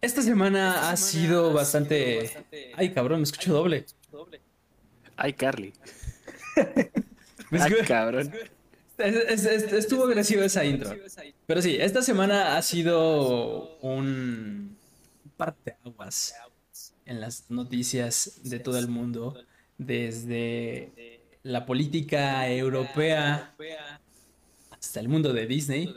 Esta semana, Esta semana ha sido bastante... bastante... Ay, cabrón, me escucho Ay, doble. Ay, Carly. ¿Ves, Ay, güey? cabrón. Es- es- es- estuvo agresiva esa intro. Pero sí, esta semana ha sido un parteaguas en las noticias de todo el mundo, desde la política Eh, europea hasta el mundo de Disney.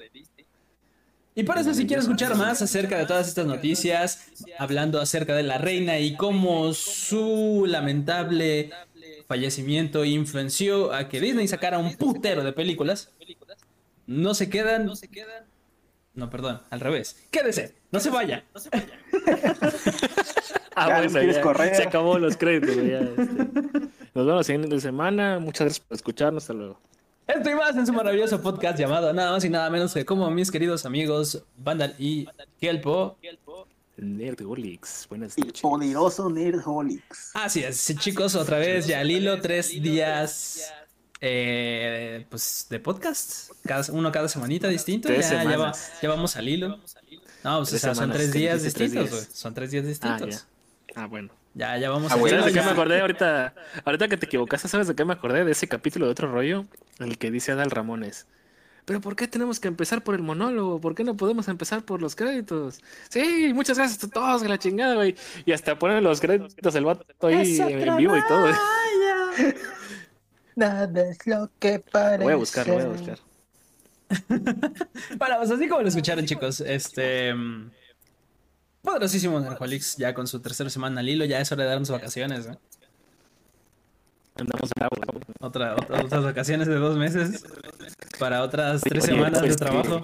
Y por eso, si quieres escuchar más acerca de todas estas noticias, hablando acerca de la reina y cómo su lamentable fallecimiento influenció a que Disney sacara un putero de películas, no se quedan. No, perdón, al revés. Quédese, no se vaya. Ah, Ya, bueno, los quieres ya. correr. Se acabó los créditos, güey, ya, este. Nos vemos la siguiente semana. Muchas gracias por escucharnos. Hasta luego. Estoy más en su maravilloso podcast llamado Nada más y nada menos que como mis queridos amigos Vandal y Kelpo. Nerdolix. Buenas El noches. poderoso Nerdholics. Así es, sí, chicos, otra vez ya Lilo, tres días eh, pues de podcast. Cada, uno cada semanita distinto. Tres Ya, ya, va- semanas. ya vamos al hilo. No, pues Tres o sea, son semanas, tres que días dijiste tres distintos, días. güey. Son tres días Ah, distintos. ya. Ah, bueno. ya. ya, vamos Ah, al bueno, hilo, ¿Sabes de qué ya. me acordé ahorita? Ahorita que te equivocaste, ¿sabes de qué me acordé? De ese capítulo de otro rollo en el que dice Adal Ramones. Pero ¿por qué tenemos que empezar por el monólogo? ¿Por qué no podemos empezar por los créditos? Sí, muchas gracias a todos, que la chingada, güey. Y hasta ponen los créditos el vato ahí en vivo y todo. ¿eh? güey. Nada es lo que parece. Voy a buscarlo, voy a buscar. Bueno, pues así como lo escucharon, chicos, este. mm, Poderosísimo Nerjolix, ya con su tercera semana al hilo, ya es hora de darnos vacaciones, ¿eh? Andamos bravos. Otra, otra- otras vacaciones de dos meses para otras tres Oye, semanas de pues, trabajo.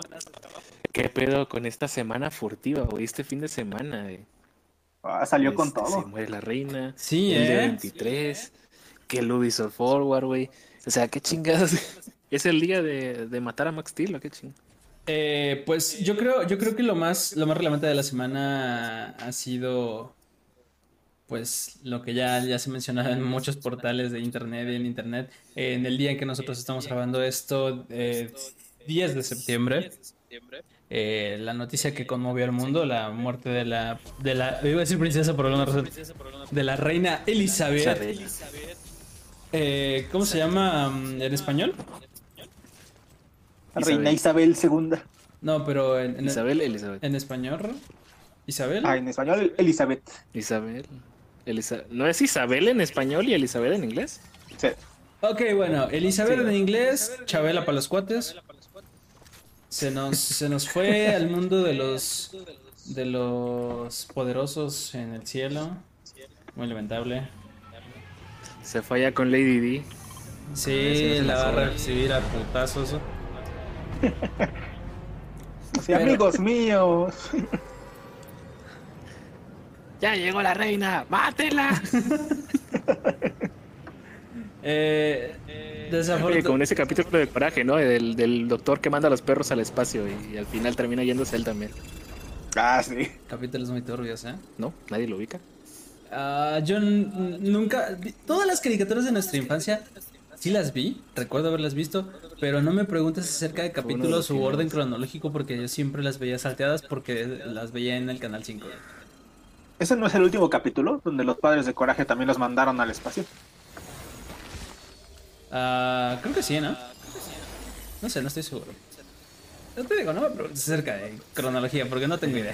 ¿Qué pedo con esta semana furtiva, güey? Este fin de semana, güey. Ah, salió con Este, Se todo. muere la reina. Sí, el de ¿eh? 23. Que el Ubisoft Forward, güey. O sea, qué chingadas. Es el día de, de matar a Max Steel, ¿o qué ching. Eh, pues yo creo, yo creo que lo más, lo más relevante de la semana ha sido pues lo que ya, ya se mencionaba en muchos portales de internet y en internet. Eh, en el día en que nosotros estamos grabando esto, eh, 10 de septiembre. eh, la noticia que conmovió al mundo, la muerte de la, de la, iba a decir princesa por alguna razón, de la reina Esa Elizabeth. reina. Eh, ¿cómo se llama mm, en español? Reina Isabel II. No, pero en, en- Isabel, Elizabeth. en español, Isabel. Ah, en español, Elizabeth. Isabel. Elisa- ¿No es Isabel en español y Elizabeth en inglés? Sí. Ok, bueno, Elizabeth Sí. en inglés, Chabela para los cuates. Se nos, se nos fue al mundo de los de los poderosos en el cielo. Muy lamentable. Se falla con Lady D. Sí, la va a recibir a putazos. Sí, Pero- amigos míos. ¡Ya llegó la reina! ¡Mátela! Eh, Oye, desafortun- como en ese capítulo de Coraje, ¿no? Del, del doctor que manda a los perros al espacio y, y al final termina yéndose él también. Ah, sí. Capítulos muy turbios, ¿eh? ¿No? ¿Nadie lo ubica? Ah, yo n- n- nunca. vi- Todas las caricaturas de nuestra infancia sí las vi, recuerdo haberlas visto, pero no me preguntes acerca de capítulos u orden cronológico porque yo siempre las veía salteadas porque las veía en el canal 5. ¿Ese no es el último capítulo donde los padres de Coraje también los mandaron al espacio? Ah, creo que sí, ¿no? No sé, no estoy seguro. No te digo, no me preguntes acerca de cronología porque no tengo idea.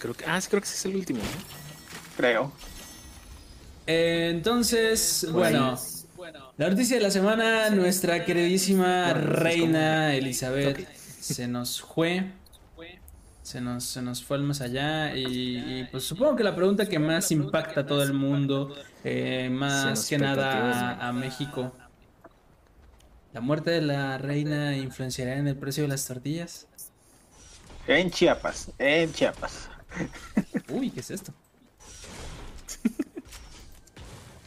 Creo que, ah, sí, creo que ese es el último, ¿no? Creo. Eh, Entonces, bueno, la noticia de la semana, nuestra queridísima Bueno, pues, reina Elizabeth se nos fue. Se nos, se nos fue al más allá y, y, pues supongo que la pregunta que más impacta a todo el mundo, eh, Se más nos que petó, nada tío. a, a México, ¿la muerte de la reina influenciará en el precio de las tortillas? En Chiapas, en Chiapas. Uy, ¿qué es esto?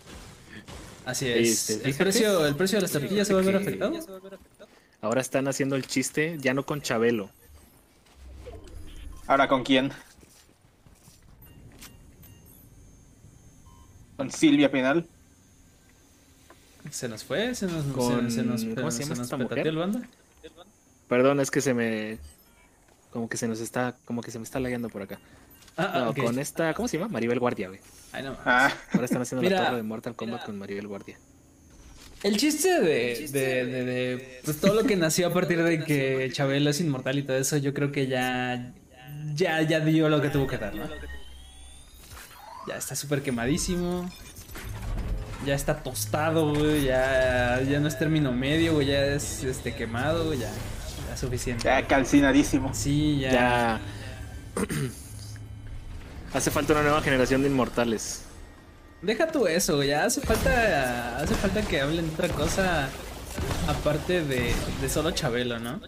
Así es. Este, ¿El fíjate. precio, ¿El precio de las tortillas se va a ver Fíjate que- afectado? Ahora están haciendo el chiste, ya no con Chabelo. ¿Ahora con quién? ¿Con Silvia Pinal? Se nos fue, se nos, se- Con- se, nos, ¿cómo se llama se nos esta petateó mujer? el bando. Perdón, es que se me. Como que se nos está. Como que se me está lagueando por acá. Ah, ah, No, ok. con esta, ¿cómo se llama? Maribel Guardia, güey. Ay, no mames. Ah, Ahora están haciendo Mira. la torre de Mortal Kombat con Maribel Guardia. El chiste de, de, de- de, pues, todo lo que nació a partir de que Chabelo es inmortal y todo eso, yo creo que ya, ya, ya dio lo que tuvo que dar, ¿no? Ya está súper quemadísimo. Ya está tostado, güey. Ya, ya no es término medio, güey. Ya es este quemado, güey, ya. Ya suficiente. ya calcinadísimo. Sí, ya. Ya. Hace falta una nueva generación de inmortales. Deja tú eso, güey, ya hace falta, hace falta que hablen otra cosa aparte de, de solo Chabelo, ¿no?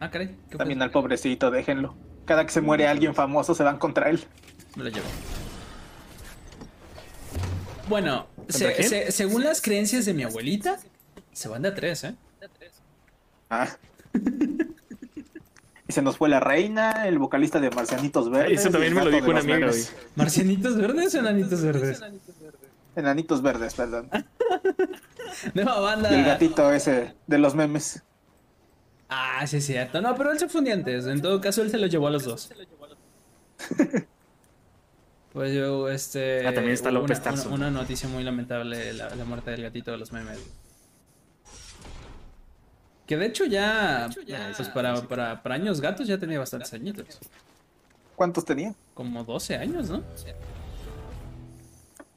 Ah, caray, ¿qué También pasó? al pobrecito, déjenlo. Cada que se muere alguien famoso se van contra él. Me lo llevo. Bueno, ¿Contra se- quién? se- según las creencias de mi abuelita, se van de a tres, ¿eh? Ah. y se nos fue la reina, el vocalista de Marcianitos Verdes. Eso también y me el lo gato dijo de una los amiga, güey. memes. ¿Marcianitos verdes o enanitos verdes? Enanitos Verdes, perdón. Nueva banda. Y el gatito ese de los memes. Ah, sí es cierto. No, pero él se fundió antes. En todo caso, él se lo llevó a los dos. Pues yo, este. Ah, también está hubo López una, una- Tarso. una noticia muy lamentable: la, la muerte del gatito de los memes. Que de hecho ya. pues para, para, para años gatos ya tenía bastantes añitos. ¿Cuántos tenía? Como 12 años, ¿no?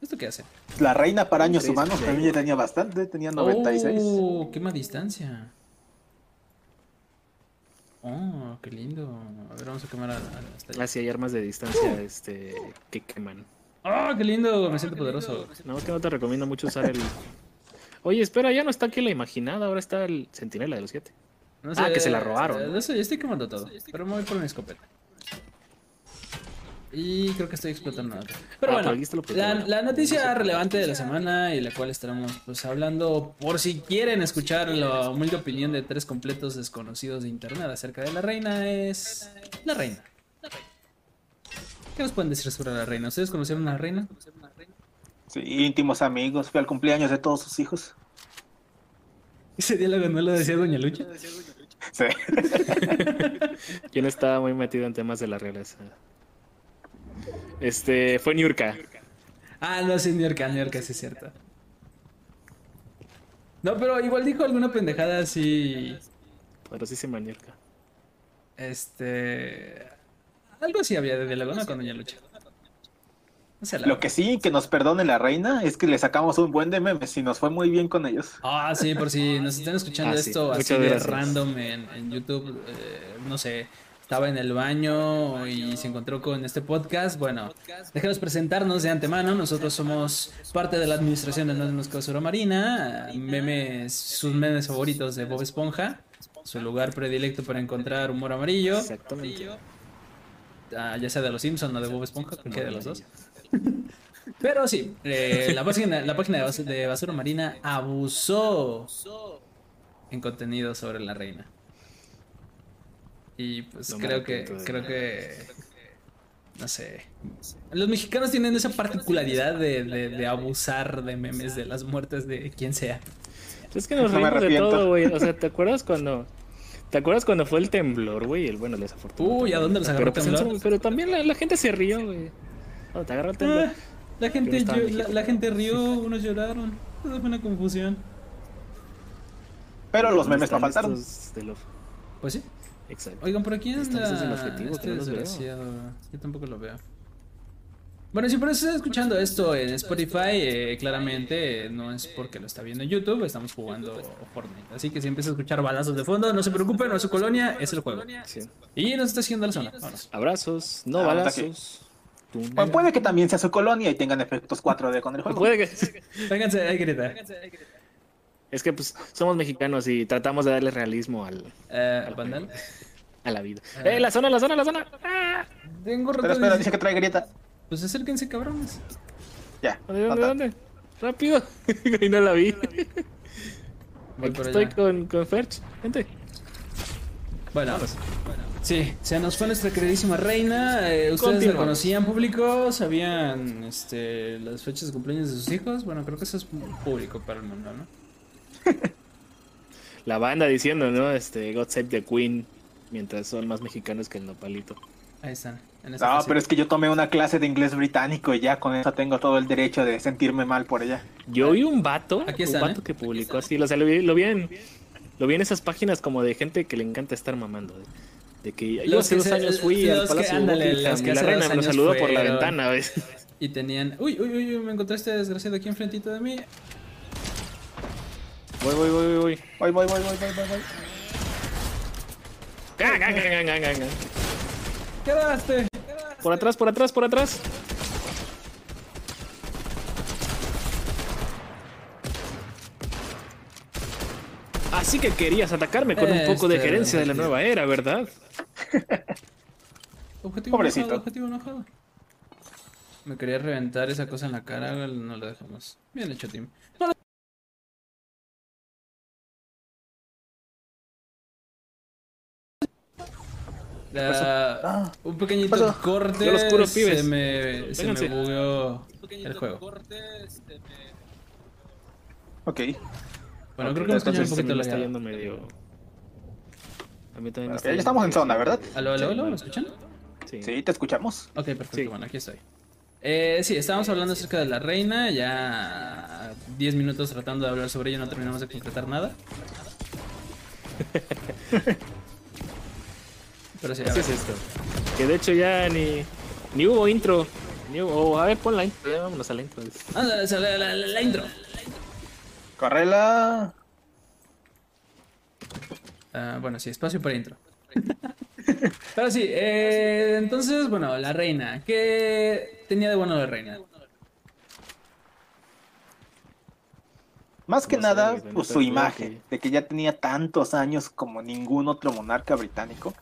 ¿Esto qué hace? La reina para años 36, humanos también ya tenía bastante, tenía 96. Oh, quema distancia. Oh, qué lindo. A ver, vamos a quemar a- a- hasta allá. Ah, sí, hay armas de Uh. distancia este, que queman. ¡Ah, qué lindo! Me siento poderoso. No, que no te recomiendo mucho usar el. Oye, espera, ya no está aquí la imaginada, ahora está el Centinela de los Siete. No Ah, que se la robaron. eh, No sé, ya estoy quemando todo. Pero me voy por mi escopeta. Y creo que estoy explotando nada. Pero Ah, bueno, por aquí está lo la, primero. la noticia relevante de la semana y la cual estaremos pues, hablando, por si quieren escuchar la humilde opinión de tres completos desconocidos de internet acerca de la reina, es la reina. ¿Qué nos pueden decir sobre la reina? ¿Ustedes conocieron a la reina? Sí, íntimos amigos, fue al cumpleaños de todos sus hijos. Ese diálogo no lo decía Doña Lucha. Sí. Yo no estaba muy metido en temas de la realeza. Este, fue Niurka. Ah, no, sí, New York, New York, sí es cierto. No, pero igual dijo alguna pendejada así. Poderosísima Niurka. Este. Algo así había de diálogo, ¿no? Con Doña Lucha. No sé, la- Lo que sí, que nos perdone la reina, es que le sacamos un buen de memes y nos fue muy bien con ellos. Ah, sí, por si nos están escuchando Ah, sí. esto así Muchas de gracias. random en, en YouTube, eh, no sé, estaba en el baño y se encontró con este podcast. Bueno, déjanos presentarnos de antemano. Nosotros somos parte de la administración de Anónimos Causura Marina, memes, sus memes favoritos de Bob Esponja, su lugar predilecto para encontrar humor amarillo, Exactamente. ah, ya sea de los Simpsons o de Bob Esponja, cualquiera de los dos. Pero sí, eh, la página, la página de, bas- de Basura Marina abusó en contenido sobre la reina. Y pues No me creo que, arrepiento de creo nada. que, no sé. Los mexicanos tienen esa particularidad de, de- de abusar de memes de las muertes de quien sea. Es que nos No me reímos de arrepiento. todo, güey. O sea, ¿te acuerdas cuando... ¿Te acuerdas cuando fue el temblor, güey? El, bueno, el desafortunado. Uy, ¿a dónde los agarró pero, pues, el temblor? en su- pero también la, la gente se rió, güey. Cuando te agarró el temblor. Ah, la Yo gente, estaba en llo- la, México. la gente rió, unos lloraron. Todo fue una confusión. Pero los ¿Dónde memes no están faltaron. estos de los- Pues sí. Exacto. Oigan, por aquí Ahí están anda esos del objetivo, este que no los veo. desgraciado. Yo tampoco lo veo. Bueno, si por eso estás escuchando esto en Spotify, eh, claramente eh, no es porque lo está viendo en YouTube, estamos jugando Fortnite. Así que si empieza a escuchar balazos de fondo, no se preocupen, no es su colonia, es el juego. Sí. Y nos está siguiendo la zona. vámonos. Abrazos, no Ah, balazos. Tum. Bueno, Pues puede que también sea su colonia y tengan efectos 4D con el juego. Pues, Puede que... Vénganse, hay que gritar. Es que pues somos mexicanos y tratamos de darle realismo al, Eh, Vandal. a la vida. Ah. ¡Eh, la zona, la zona, la zona! ¡Ah! Tengo Pero rato espera, de- dice que trae grieta. Pues acérquense, cabrones. Ya. ¿Dónde, dónde, no, dónde? ¡Rápido! y no la vi. Voy Aquí por estoy allá. con, con Ferch. Gente. Bueno, sí, se nos fue nuestra queridísima reina. eh, ¿Ustedes la Continuamos. conocían público? ¿Sabían este, las fechas de cumpleaños de sus hijos? Bueno, creo que eso es público para el mundo, ¿no? La banda diciendo, ¿no? Este, God Save the Queen. Mientras son más mexicanos que el nopalito. Ahí están. En esa No, clase. pero es que yo tomé una clase de inglés británico y ya con eso tengo todo el derecho de sentirme mal por ella. Yo vi un vato, Ah, Aquí un están, vato ¿eh? que publicó así, o sea, lo vi, lo vi en, lo vi en esas páginas como de gente que le encanta estar mamando. De, de que yo Los hace que dos se- años fui los al que- Palacio de ándale, Buckingham los que y la hace dos reina me lo años saludó por la fueron. ventana, ¿ves? Y tenían. Uy, uy, uy, uy, me encontré este desgraciado aquí enfrentito de mí. Voy, voy, voy, voy, voy. Voy, voy, voy, voy, voy, voy, voy. Ga, ga, ga, ga, ga, ga, ga. ¡Quedaste! Por atrás, por atrás, por atrás. Así que querías atacarme con un poco de Este, gerencia de la sí. nueva era, ¿verdad? Objetivo Pobrecito. enojado, objetivo enojado. Me quería reventar esa cosa en la cara, no lo dejamos. Bien hecho, Tim. No lo- La- Ah, un pequeñito ¿Qué pasó? corte Yo los curo, se pibes. me, se me Vénganse. bugueó el juego. Ok. Bueno, creo Ok, que me escuchan un entonces poquito también me está lagueado. yendo medio. A mí también me está Ya yendo estamos en medio- zona, ¿verdad? ¿Aló, aló, Sí, aló? vale. ¿Me escuchan? Sí. Sí, te escuchamos. Ok, perfecto, Sí. bueno, aquí estoy. Eh, sí, estábamos hablando acerca de la reina, ya 10 minutos tratando de hablar sobre ella, no terminamos de concretar nada. Pero sí, a Así ver. es esto. Que de hecho ya ni, ni hubo intro. Ni hubo- oh, a ver, pon la intro. Ya vámonos a la intro. Anda, sale la, la- la intro. Correla. Ah, bueno, sí, espacio para intro. Pero sí, eh, entonces, bueno, la reina. ¿Qué tenía de bueno la reina? Más que No sé, nada, güey, la pues neta, su creo imagen, que- de que ya tenía tantos años como ningún otro monarca británico.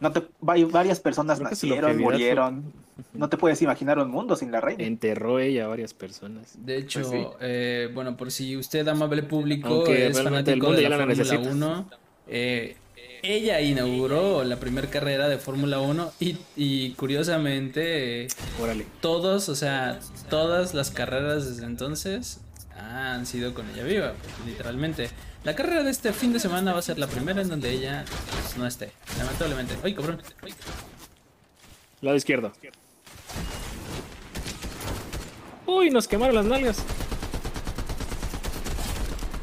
No te, vari- varias personas Creo que su nacieron, longevidad fue- murieron. No te puedes imaginar un mundo sin la reina. Enterró ella a varias personas. De hecho, Pues sí. eh, bueno, por si usted, amable público, Aunque es realmente el fanático mundo de ya la la Fórmula necesita. 1, eh, ella inauguró la primera carrera de Fórmula 1 y, y curiosamente, eh, Órale. todos, o sea, todas las carreras desde entonces han sido con ella viva, literalmente. La carrera de este fin de semana va a ser la primera en donde ella pues, no esté, lamentablemente. ¡Ay, cabrón! Lado izquierdo. Uy, nos quemaron las nalgas.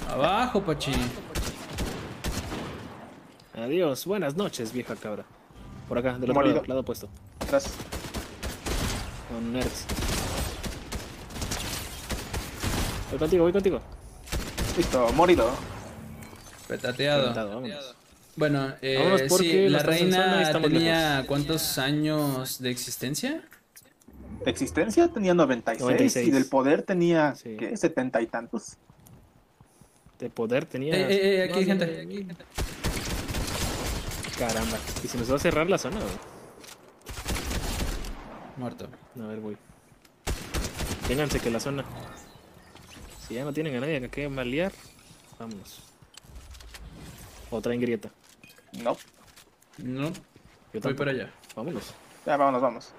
¡Abajo, Pachi! Adiós. Buenas noches, vieja cabra. Por acá, del otro Molido. lado, lado opuesto. Atrás. Con nerds. Voy contigo, voy contigo. Listo, morido. Petateado. Sentado, vámonos. Bueno, eh, Vámonos sí, porque la no estás en zona y pues? reina estamos tenía cuántos años de existencia? De existencia tenía 96, 96. y del poder tenía Sí. ¿qué? 70 y tantos. De poder tenía. Eh, eh, eh, aquí hay No, gente. eh, Caramba. ¿Y se nos va a cerrar la zona? güey? Muerto. A ver, güey. Vénganse que la zona. Si ya no tienen a nadie que quede malear, vámonos. Otra grieta. No, No, Yo voy tampoco. para allá. Vámonos. ya vámonos, vamos.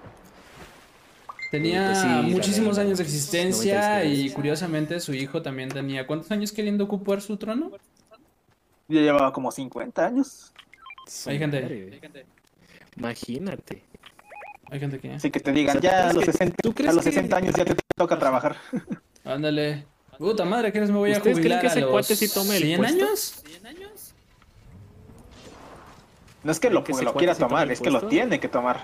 Tenía Pues sí, la muchísimos reina. años de existencia 96. y curiosamente su hijo también tenía. ¿Cuántos años queriendo ocupar su trono? Yo llevaba como 50 años, Hay Su gente. madre, güey. Imagínate. Hay gente aquí. ¿eh? así que te digan, O sea, ¿tú ya a los crees que- 60, tú crees a los que- 60 años ya te toca trabajar. Ándale. Puta madre, ¿qué eres? Me voy a ¿Ustedes creen jubilar que ese a los cuate sí tome el 100 puesto? años? No es que lo, ¿Que ese lo cuate quiera sí toma tomar, el es que lo puesto? tiene que tomar.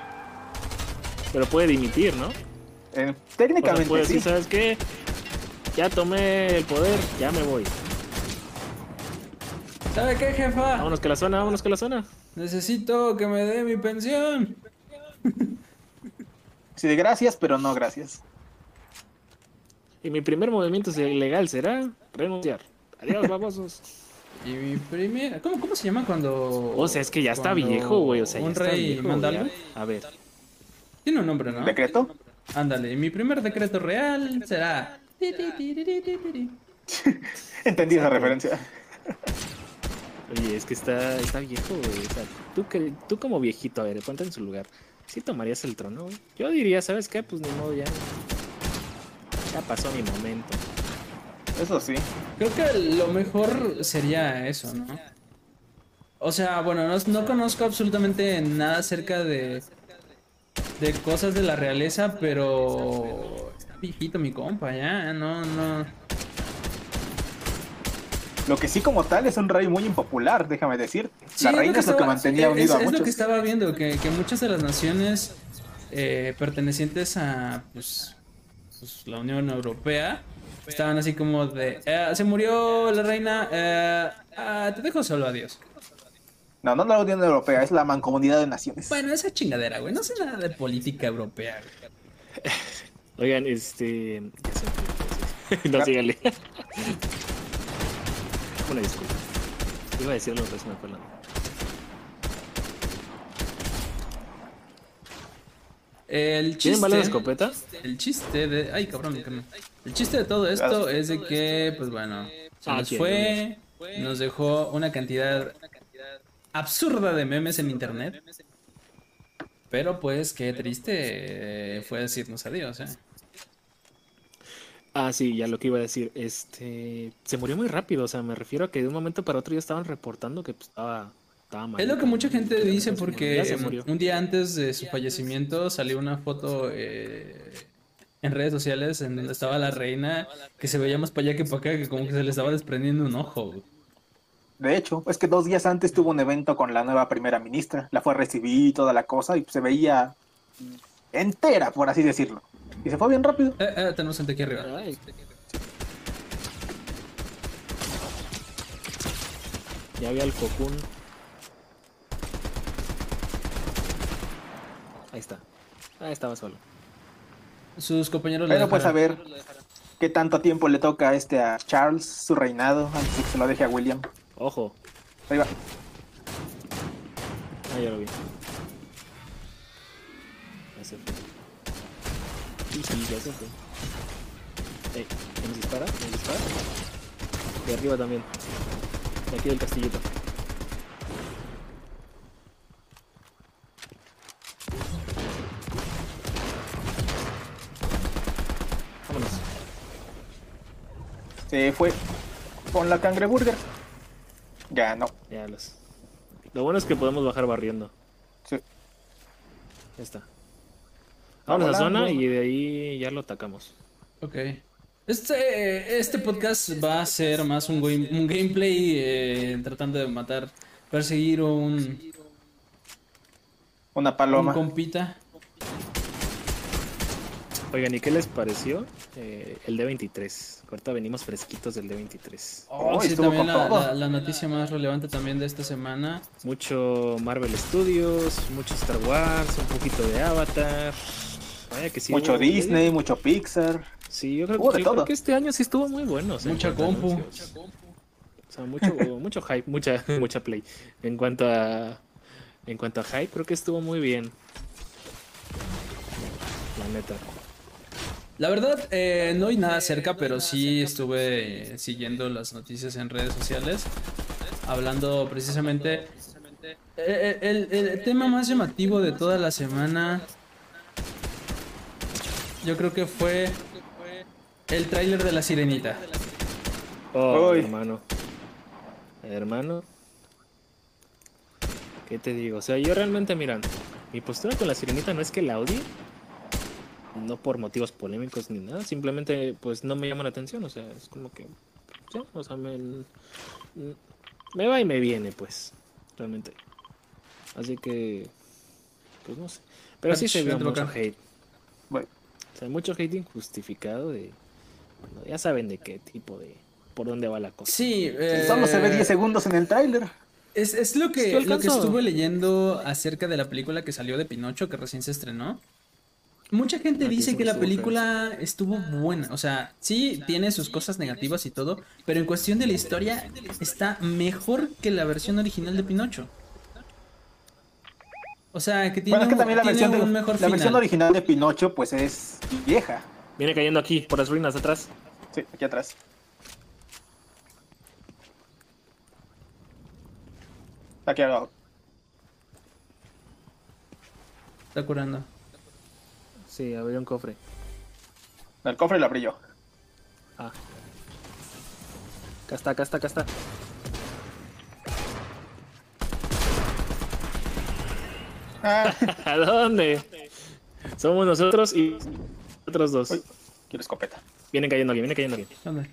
Pero puede dimitir, ¿no? Eh, O sea, técnicamente puede sí. decir, ¿sabes qué? Ya tomé el poder, ya me voy. ¿Sabe qué, jefa? Vámonos que la zona, vámonos que la zona. Necesito que me dé mi pensión. Sí, gracias, pero no gracias. Y mi primer movimiento se- legal será renunciar. Adiós, babosos. Y mi primera. ¿Cómo, cómo se llama cuando.? O sea, es que ya está cuando viejo, güey. O sea, ya un está rey viejo, manda güey. algo. A ver, Tiene un nombre, Ah, ¿no? ¿Decreto? Ándale, y mi primer decreto real será. ti, ti, ti, ti, ti, ti, ti, ti. Entendí esa referencia. oye, es que está, está viejo, güey. O sea, tú, que, tú como viejito, a ver, ponte en su lugar. ¿Sí tomarías el trono, güey? Yo diría, ¿sabes qué? Pues ni modo, ya. Ya pasó mi momento. Eso sí. Creo que lo mejor sería eso, ¿no? O sea, bueno, no, no conozco absolutamente nada acerca de, de cosas de la realeza, pero está viejito mi compa, ya, no, no. Lo que sí como tal es un rey muy impopular, déjame decirte. Sí, la es lo reina es lo que estaba- mantenía es- unido a es lo muchos. que estaba viendo, que, que muchas de las naciones eh, pertenecientes a pues, pues, la Unión Europea estaban así como de, "Eh, se murió la reina, eh, ah, te dejo solo, adiós. No, no la Unión Europea, es la mancomunidad de naciones. Bueno, esa chingadera, güey, no sé nada de política europea. güey. Oigan, este. ya se me olvidó, sí. no, Ya. sígale. Una disculpa. Iba a decirlo, pero se me fue la onda. El ¿Tienen bala de chiste, escopeta? el chiste de, ay cabrón, mi carnal. el chiste de todo esto es de que, pues bueno, se Ah, nos sí, fue, nos dejó una cantidad absurda de memes en internet. Pero pues qué triste eh, fue decirnos adiós, ¿eh? Ah, sí, ya lo que iba a decir. Este. Se murió muy rápido, o sea, me refiero a que de un momento para otro ya estaban reportando que pues, estaba. Estaba mal. Es lo que mucha gente dice Ya porque se mm, murió. un día antes de su fallecimiento salió una foto eh, en redes sociales en donde estaba la reina que se veía más para allá que para acá, que como que se le estaba desprendiendo un ojo. güey. De hecho, es que dos días antes tuvo un evento con la nueva primera ministra. La fue a recibir y toda la cosa y se veía entera, por así decirlo. Y se fue bien rápido. Eh, eh, tenemos gente aquí arriba. Ay. Ya había el cocún. Ahí está. Ahí estaba solo. Sus compañeros lo Pero pues a dejaron. ver qué tanto tiempo le toca a este a Charles, su reinado, antes de que se lo deje a William. Ojo. Ahí va. Ah, ya lo vi. Ya se fue. Sí, sí, ya se fue. Ey, ¿me dispara? ¿Me dispara? De arriba también. De aquí del castillito. Vámonos. Se fue con la cangreburger. Ganó. Ya los. Lo bueno es que podemos bajar barriendo. Sí. Ya está. Vamos a la volando. zona y de ahí ya lo atacamos. Ok. Este, este podcast va a ser más un, game- un gameplay eh, tratando de matar, perseguir un, Una un paloma. compita. Oigan, ¿y qué les pareció eh, el D23? Ahorita venimos fresquitos del D23. Oh, Oh, sí, estuvo también con la, todo. la- la noticia más relevante también de esta semana. Mucho Marvel Studios, mucho Star Wars, un poquito de Avatar. Vaya que sí. mucho hubo- ¿eh? Disney, mucho Pixar. Sí, yo creo, Hubo de yo creo todo. que este año sí estuvo muy bueno. o sea, en Mucha cuanto a compu. anuncios. O sea, mucho, mucho hype, mucha, mucha play. En cuanto a. En cuanto a hype, creo que estuvo muy bien. La neta. La verdad, eh, no hay nada cerca, pero sí estuve eh, siguiendo las noticias en redes sociales, hablando precisamente... eh, El, el- el tema más llamativo de toda la semana, yo creo que fue el tráiler de La Sirenita. Oh, Uy. hermano. Hermano. ¿Qué te digo? O sea, yo realmente, miran, mi postura con la sirenita no es que la odie. No por motivos polémicos ni nada. Simplemente, pues, no me llama la atención. O sea, es como que. ya, o sea, me. Me va y me viene, pues. Realmente. Así que. Pues no sé. Pero sí se vio Vente, mucho Boca. hate. Bueno. O sea, mucho hate injustificado de. bueno, ya saben de qué tipo de. Por dónde va la cosa. Sí, eh, Solo se ve 10 segundos en el tráiler. Es, es lo Sí, que, lo que alcanzó. estuve leyendo acerca de la película que salió de Pinocho, que recién se estrenó. Mucha gente Ah, que dice sí, que la estuvo feo. película estuvo buena. O sea, sí tiene sus cosas negativas y todo, pero en cuestión de la historia está mejor que la versión original de Pinocho. O sea, que tiene, Bueno, es que un- también la tiene versión, un de, mejor la versión final. original de Pinocho pues es vieja. Viene cayendo aquí, por las ruinas atrás. Sí, aquí atrás. Aquí abajo. Está curando. Sí, abrió un cofre. El cofre lo abrí yo. Ah. Acá está, acá está, acá está. Ah, ¿A dónde? Somos nosotros y otros dos. quiero escopeta. Vienen cayendo aquí, vienen cayendo aquí. ¿Dónde?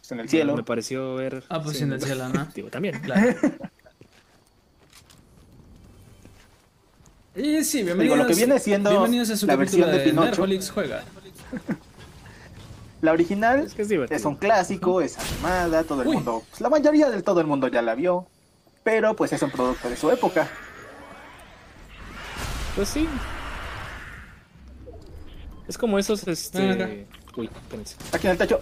Está en el cielo. ¿Eh? Me pareció ver. Ah, pues en el cielo, ¿no? Digo, también. Claro. Y Eh, sí, bienvenidos. Digo, lo que viene siendo bienvenidos a su la capítulo versión de Pinocho. Nerfolix juega. La original Es es, que es divertido. un clásico, es animada, todo el Uy. mundo, pues, la mayoría del todo el mundo ya la vio, pero pues es un producto de su época. Pues sí. Es como esos, Ven este. Uy, espérense. Aquí en el techo.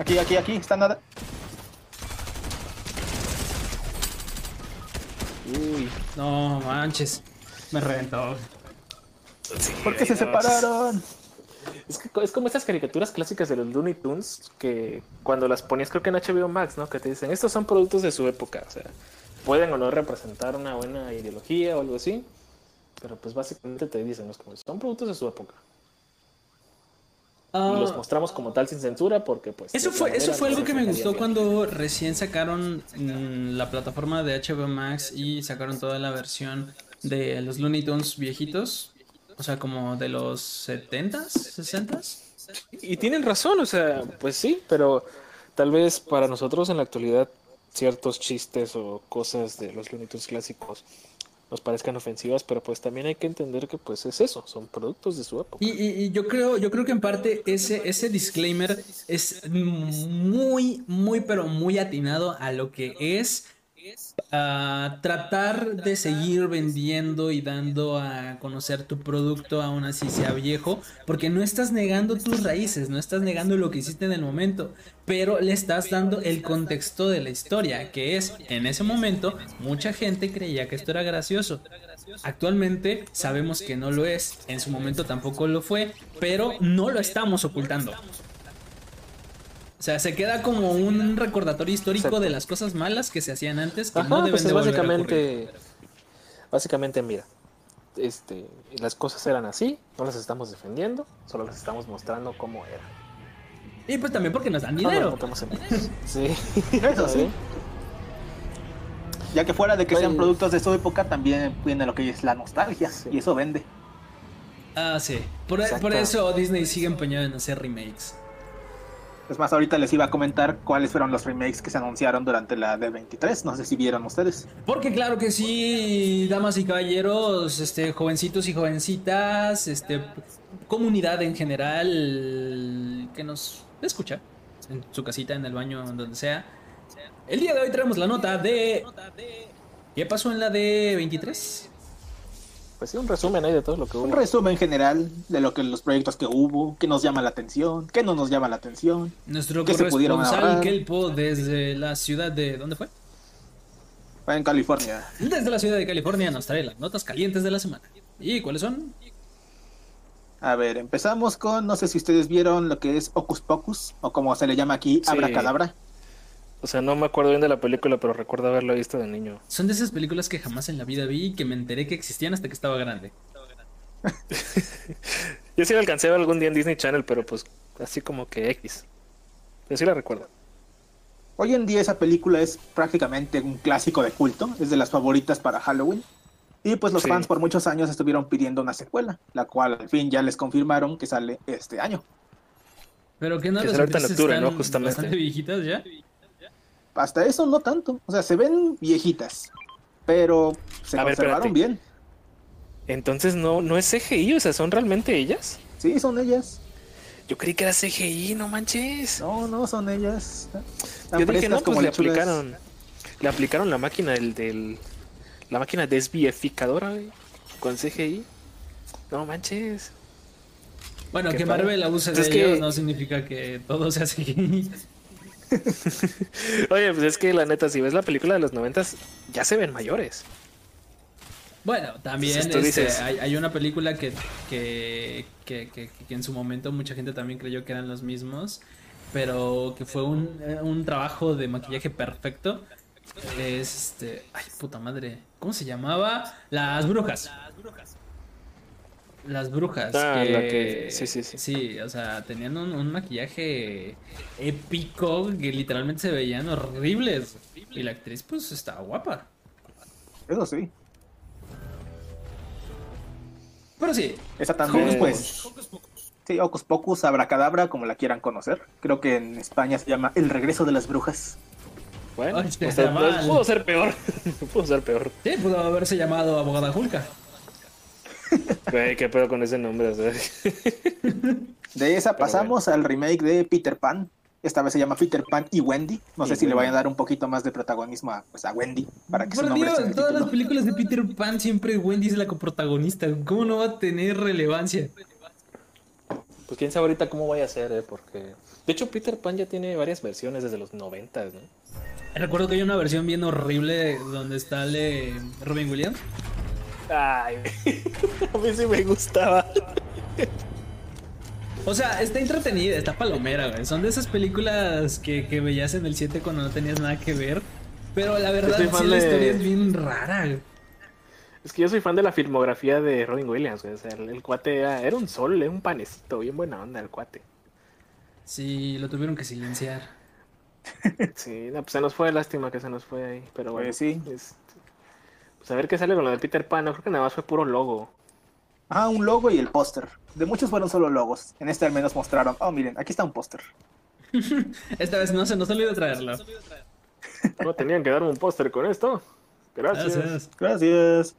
Aquí, aquí, aquí, está nada. Uy. No manches. Me reventó. ¿Por qué se no. separaron? Es, que co- es como estas caricaturas clásicas de los Looney Tunes que cuando las ponías, creo que en HBO Max, ¿no? Que te dicen, estos son productos de su época. O sea, pueden o no representar una buena ideología o algo así. Pero pues básicamente te dicen, ¿no? Es como, son productos de su época. Y los Ah, mostramos como tal sin censura porque pues... eso de fue, otra eso manera fue no algo que me representaría gustó bien. cuando recién sacaron mm, la plataforma de HBO Max y sacaron toda la versión de los Looney Tunes viejitos. O sea, como de los 70s, 60s. Y tienen razón, o sea, pues sí, pero tal vez para nosotros en la actualidad ciertos chistes o cosas de los Looney Tunes clásicos nos parezcan ofensivas, pero pues también hay que entender que pues es eso, son productos de su época. Y, y- y yo creo, yo creo que en parte ese, ese disclaimer es muy, muy, pero muy atinado a lo que es ah, tratar de seguir vendiendo y dando a conocer tu producto, aún así sea viejo, porque no estás negando tus raíces, no estás negando lo que hiciste en el momento, pero le estás dando el contexto de la historia, que es, en ese momento, mucha gente creía que esto era gracioso. Actualmente sabemos que no lo es, en su momento tampoco lo fue, pero no lo estamos ocultando. O sea, se queda como un recordatorio histórico Exacto. de las cosas malas que se hacían antes que Ajá, no deben pues de es volver a ocurrir. básicamente, básicamente mira, este, las cosas eran así, no las estamos defendiendo, solo las estamos mostrando cómo eran. Y pues también porque nos dan No nos dinero. metamos en pedos. Sí. Eso sí. Ya que fuera de que sean Oye. productos de su época, también viene lo que es la nostalgia, Sí. y eso vende. Ah, sí. Por, Exacto. por eso Disney sigue empeñado en hacer remakes. Es más, ahorita les iba a comentar cuáles fueron los remakes que se anunciaron durante la D23, no sé si vieron ustedes. Porque claro que sí, damas y caballeros, este, jovencitos y jovencitas, este, comunidad en general que nos escucha en su casita, en el baño, en donde sea. El día de hoy traemos la nota de ¿Qué pasó en la de 23? Pues sí, un resumen ahí de todo lo que Un hubo. resumen general de lo que los proyectos que hubo, qué nos llama la atención, qué no nos llama la atención. Nuestro Que se pudieron corresponsal ahorrar. Kelpo desde la ciudad de ¿dónde fue? Fue en California. Desde la ciudad de California nos trae las notas calientes de la semana. ¿Y cuáles son? A ver, empezamos con, no sé si ustedes vieron lo que es Ocus Pocus, o como se le llama aquí, Sí. Abracadabra. O sea, no me acuerdo bien de la película, pero recuerdo haberla visto de niño. Son de esas películas que jamás en la vida vi y que me enteré que existían hasta que estaba grande. Yo sí la alcancé a ver algún día en Disney Channel, pero pues así como que X. Yo sí la recuerdo. Hoy en día esa película es prácticamente un clásico de culto, es de las favoritas para Halloween. Y pues los Sí. fans por muchos años estuvieron pidiendo una secuela, la cual al fin ya les confirmaron que sale este año. Pero que no Que las será ahorita en actrices octubre, ¿no? están Justamente. Bastante viejitas ya. Hasta eso no tanto, o sea, se ven viejitas, pero se A ver, conservaron espérate. bien. Entonces no, no es CGI, o sea, ¿son realmente ellas? Sí, son ellas. Yo creí que era CGI, no manches. No, no, son ellas. Tan Yo dije, frescas no, pues le lechugas. aplicaron. Le aplicaron la máquina del, del la máquina desvieficadora, güey, con CGI. No manches. Bueno, Qué que padre. Marvel abuse de Es que- ellos no significa que todo sea así. Oye, pues es que la neta, si ves la película de los noventas, ya se ven mayores. Bueno, también Entonces, tú este, dices- hay, hay una película que, que, que, que- que en su momento mucha gente también creyó que eran los mismos, pero que fue un, eh, un trabajo de maquillaje perfecto. Es este. Ay, puta madre. ¿Cómo se llamaba? Las brujas. Las brujas. Ah, que, la que- sí, sí, sí. o sea, tenían un, un maquillaje épico que literalmente se veían horribles. Y la actriz, pues, está guapa. Eso sí. Pero sí, Esa también, Hocus pues. Sí, Hocus Pocus, Abracadabra, como la quieran conocer. Creo que en España se llama El regreso de las brujas. Bueno, Ay, o está sea, pues, mal. pudo ser peor. pudo ser peor. sí, pudo haberse llamado Abogada Julka. Güey, qué pedo con ese nombre. o sea. De esa Pero pasamos al remake de Peter Pan. Esta vez se llama Peter Pan y Wendy. No Y sé si le Wendy. vayan a dar un poquito más de protagonismo a, pues, a Wendy para que su Por nombre Dios, esté en en el todas las título. películas de Peter Pan siempre Wendy es la coprotagonista. ¿Cómo no va a tener relevancia? Pues quién sabe ahorita cómo vaya a ser, ¿eh? Porque. De hecho, Peter Pan ya tiene varias versiones desde los 90, ¿no? Recuerdo que hay una versión bien horrible donde está eh, Robin Williams. Ay, a mí sí me gustaba. O sea, está entretenida, está palomera, güey. Son de esas películas que, que veías en el 7 cuando no tenías nada que ver. Pero la verdad, Estoy sí, fan la de- historia es bien rara, güey. Es que yo soy fan de la filmografía de Robin Williams, güey. O sea, el, el cuate era, era un sol, era un panecito, bien buena onda el cuate. Sí, lo tuvieron que silenciar. Sí, no, pues se nos fue, lástima que se nos fue ahí. Pero bueno, Pues sí. este, pues a ver qué sale con lo de Peter Pan. No creo que nada más fue puro logo. Ah, un logo y el póster. De muchos fueron solo logos. En este al menos mostraron, oh, miren, aquí está un póster. Esta vez no se nos olvidó traerlo. No tenían que darme un póster con esto. Gracias. Gracias. Gracias.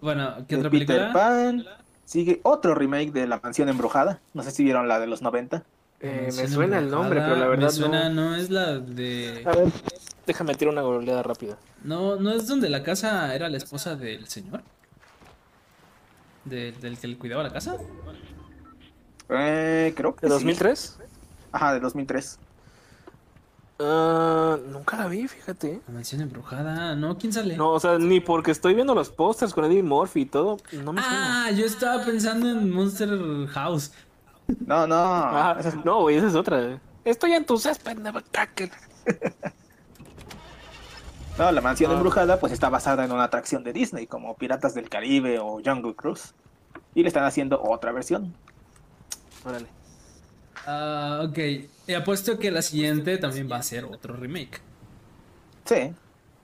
Bueno, ¿qué de otra Peter película? Pan. Sigue otro remake de La Mansión Embrujada. No sé si vieron la de los 90. Eh, Mansión me suena el nombre, Embrujada. pero la verdad Me suena, no. no, es la de. A ver, déjame tirar una goleada rápida. No, no es donde la casa era la esposa del señor. Del- del que le cuidaba la casa. Eh, creo que ¿De sí. 2003? Ajá, de 2003. Ah, nunca la vi, fíjate. La mansión embrujada. No, ¿quién sale? No, o sea, ni porque estoy viendo los pósters con Eddie Murphy y todo, no me suena. Ah, yo estaba pensando en Monster House. No, no. Ah, esa es- no, güey, esa es otra. eh. Estoy en tu césped, Nevercracker. no, La Mansión Ah. Embrujada pues está basada en una atracción de Disney como Piratas del Caribe o Jungle Cruise. Y le están haciendo otra versión. Órale. Ah, ok. He apuesto que la siguiente también va a ser otro remake. Sí.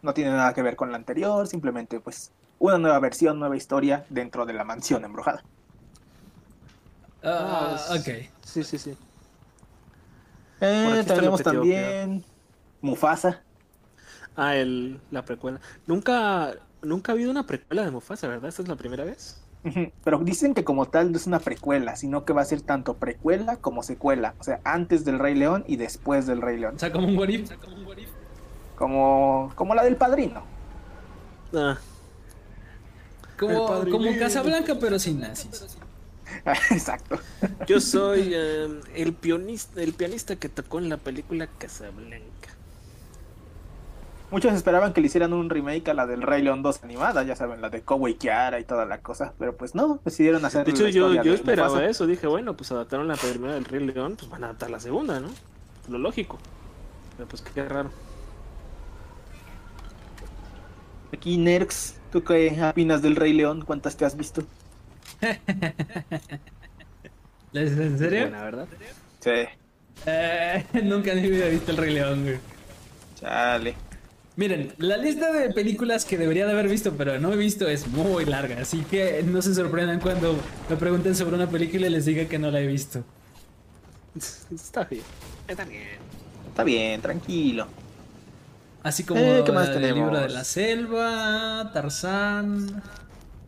No tiene nada que ver con la anterior, simplemente pues una nueva versión, nueva historia dentro de La Mansión Embrujada. Ah, Ah, ok. es- Sí, sí, sí. Eh, Por aquí está el tenemos objetivo, también Mufasa. Ah, el, la precuela. Nunca, nunca ha habido una precuela de Mufasa, ¿verdad? ¿Esta es la primera vez? Ujú, Pero dicen que como tal no es una precuela, sino que va a ser tanto precuela como secuela. O sea, antes del Rey León y después del Rey León. O sea, como un what if. Como, como la del padrino. Ah, El Como, padrinito. como Casablanca, pero sin nazis. Exacto. yo soy em, el, pianista, el pianista que tocó en la película Casablanca. Muchos esperaban que le hicieran un remake a la del Rey León 2 animada, ya saben, la de Cowboy Kiara y toda la cosa. Pero pues no, decidieron hacer. De hecho, la yo, historia yo de esperaba Mufasa. eso. Dije, bueno, pues adaptaron la primera del Rey León, pues van a adaptar la segunda, ¿no? Lo lógico. Pero pues qué raro. Aquí, Nerx, ¿tú qué opinas del Rey León? ¿Cuántas te has visto? ¿Les- ¿En serio? Buena, ¿verdad? Sí, Eh, nunca en mi vida he visto el Rey León, güey. chale. Miren, la lista de películas que debería de haber visto, pero no he visto, es muy larga. Así que no se sorprendan cuando me pregunten sobre una película y les diga que no la he visto. Está bien. Está bien. Está bien, tranquilo. Así como Eh, ¿qué más la del tenemos? libro de la selva, Tarzán.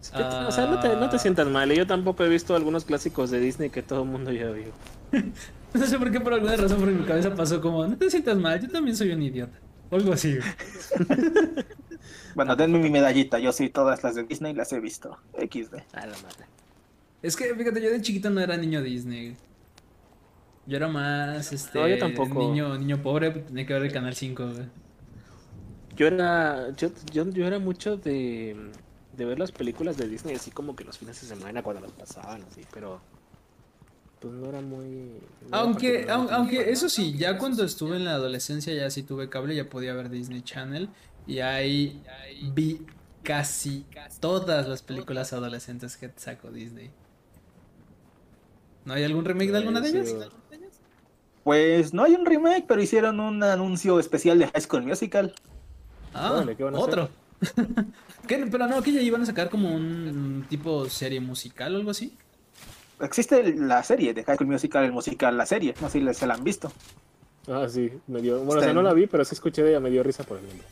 O sea, no te, no te sientas mal. y Yo tampoco he visto algunos clásicos de Disney que todo el mundo ya vio. No sé por qué, por alguna razón, por mi cabeza pasó como, no te sientas mal, yo también soy un idiota. O algo así. güey. Bueno, denme mi medallita. Yo sí, todas las de Disney las he visto. XD. A la madre. Es que, fíjate, yo de chiquito no era niño Disney. güey. Yo era más, este, No, yo tampoco. niño, niño pobre, tenía que ver el Canal 5, güey. Yo era, yo, yo, yo era mucho de, de ver las películas de Disney así como que los fines de semana cuando las pasaban, así, pero pues no era muy... no era Aunque, particularmente aun- mi fan. aunque eso sí, ya cuando estuve en la adolescencia ya sí tuve cable, ya podía ver Disney Channel y ahí vi casi todas las películas adolescentes que sacó Disney. ¿No hay algún remake de alguna de Sí, ellas? o- Pues no hay un remake, pero hicieron un anuncio especial de High School Musical. Ah, Órale, ¿qué van a hacer? otro. ¿Qué? Pero no, que ya iban a sacar como un tipo serie musical o algo así. Existe la serie de High School Musical, el musical, la serie. No sé si se la han visto. Ah, sí, me dio. Bueno, o Está sea, no en- la vi, pero sí escuché de ella, me dio risa por el nombre.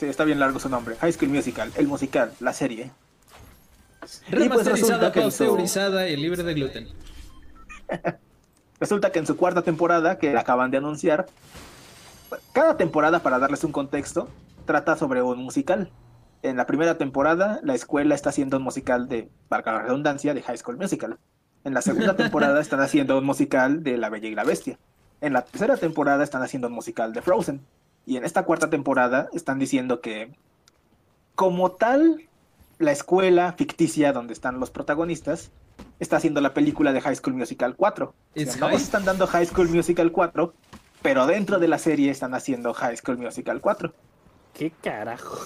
Sí, está bien largo su nombre. High School Musical, el musical, la serie. Y pues Remasterizada, resulta que en su- pasteurizada y libre de gluten. Resulta que en su cuarta temporada, que la acaban de anunciar, cada temporada, para darles un contexto, trata sobre un musical. En la primera temporada, la escuela está haciendo un musical de, valga la redundancia, de High School Musical. En la segunda temporada están haciendo un musical de La Bella y la Bestia. En la tercera temporada están haciendo un musical de Frozen. Y en esta cuarta temporada están diciendo que, como tal, la escuela ficticia donde están los protagonistas está haciendo la película de High School Musical 4. O sea, It's no high. nos están dando High School Musical 4, pero dentro de la serie están haciendo High School Musical 4. ¿Qué carajo?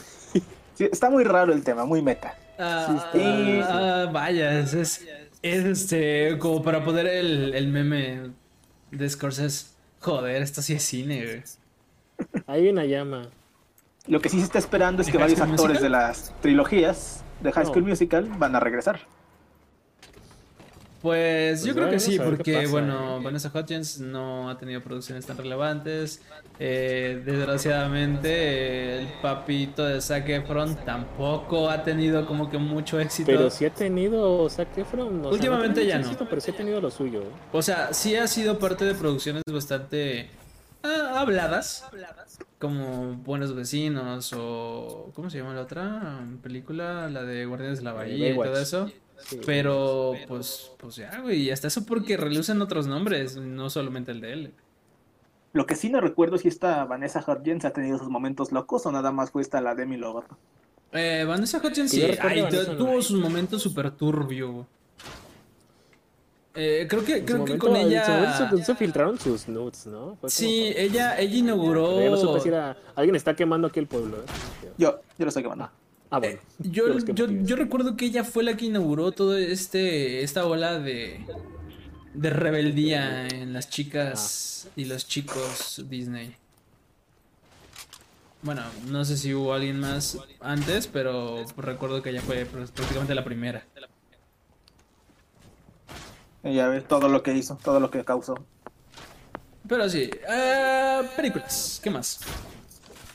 Sí, está muy raro el tema, muy meta. Ah, Sí, sí. ah, vaya, es, es, es, este, como para poner el, el meme de Scorsese. Joder, esto sí es cine, güey. Hay una llama. Lo que sí se está esperando es ¿De que High varios School actores Musical? de las trilogías de High No. School Musical van a regresar. Pues, yo creo Pues que bueno, sí, a ver qué porque pasa, bueno, eh. Vanessa Hudgens no ha tenido producciones tan relevantes. Eh, desgraciadamente, eh, el papito de Zac Efron tampoco ha tenido como que mucho éxito. Pero sí ha tenido Zac Efron. o sea, no Últimamente tiene ya mucho éxito, no. Pero sí ha tenido lo suyo. ¿eh? O sea, sí ha sido parte de producciones bastante ah, habladas, como Buenos Vecinos o ¿cómo se llama la otra película? La de Guardianes de la Eh, Bahía y todo Baywatch. eso. Sí. Pero pues, pues ya, güey, y hasta eso porque relucen otros nombres, no solamente el de él. Lo que sí no recuerdo es si esta Vanessa Hudgens ha tenido sus momentos locos o nada más fue esta la Demi Lovato. Eh, Vanessa Hudgens Que sí, yo recuerde, ay, tu- Vanessa no tuvo es. sus momentos súper turbio. Eh, creo que, En su creo que momento, con en su ella. momento se filtraron sus nudes, ¿no? Fue como Sí, oh. para- ella, ella Pero ya no supe inauguró. si era- Alguien está quemando aquí el pueblo. ¿eh? Yo, yo lo estoy quemando. Eh. Ah, bueno. Yo, Yo los que yo, motivé. yo recuerdo que ella fue la que inauguró todo este esta ola de, de rebeldía en las chicas Ah. y los chicos Disney. Bueno, no sé si hubo alguien más antes, pero recuerdo que ella fue pr- prácticamente la primera. Ella ve todo lo que hizo, todo lo que causó. Pero sí, ah, películas, ¿qué más?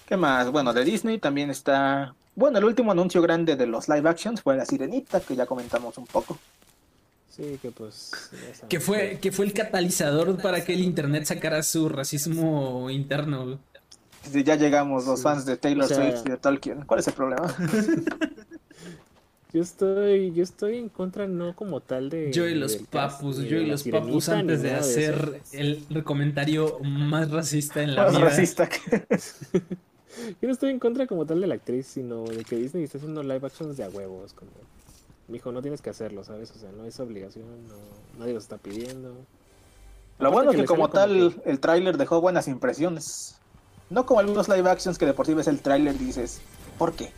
¿Qué más? Bueno, de Disney también está... Bueno, el último anuncio grande de los live actions fue La Sirenita, que ya comentamos un poco. Sí, que pues. ya saben Que fue, que fue el catalizador para que el internet sacara su racismo interno. Si ya llegamos los Sí. fans de Taylor O sea- Swift y de Tolkien, ¿cuál es el problema? Yo estoy, yo estoy en contra, no como tal de. Yo y los del cast, papus, ni de yo y la los sirenita, papus ni antes de nada eso. hacer el comentario más racista en la Más vida. racista que... Yo no estoy en contra como tal de la actriz, sino de que Disney está haciendo live actions de a huevos. Como, mijo, no tienes que hacerlo, ¿sabes? O sea, no es obligación, no, nadie lo está pidiendo. Lo Aparte bueno que que le como sale como tal el tráiler dejó buenas impresiones. No como algunos live actions que de por sí ves el tráiler y dices, ¿por qué?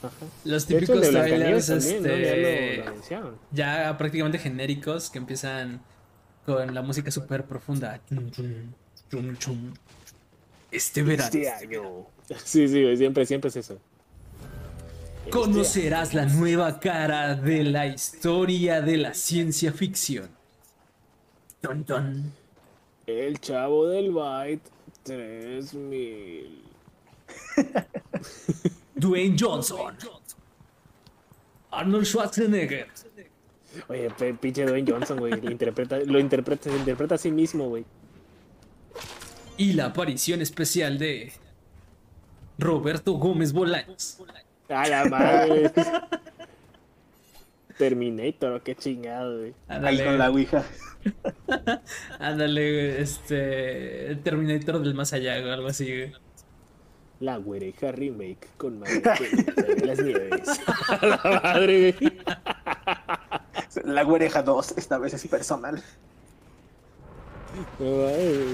Ajá. Los De hecho, el típicos de trailers Blancanieves también, ¿no? Ya este, lo- lo anunciaron. ya prácticamente genéricos que empiezan con la música súper profunda. Chum, chum, chum, chum. Este verano Sí, sí, güey, siempre, siempre es eso. este conocerás la nueva cara de la historia de la ciencia ficción. Ton, ton. Este El chavo del Byte 3000. Dwayne Johnson. Arnold Schwarzenegger. Oye, pe- pinche Dwayne Johnson, güey. Lo interpreta, lo interpreta, se interpreta a sí mismo, güey. y la aparición especial de Roberto Gómez Bolaños. A la madre. Terminator, qué chingado, güey. Ahí con la Ándale, Ouija. ándale, este el Terminator del más allá o algo así. güey. La güereja remake con María Teresa de las Nieves. A la madre, güey. La güereja 2, esta vez es personal. No mames, güey.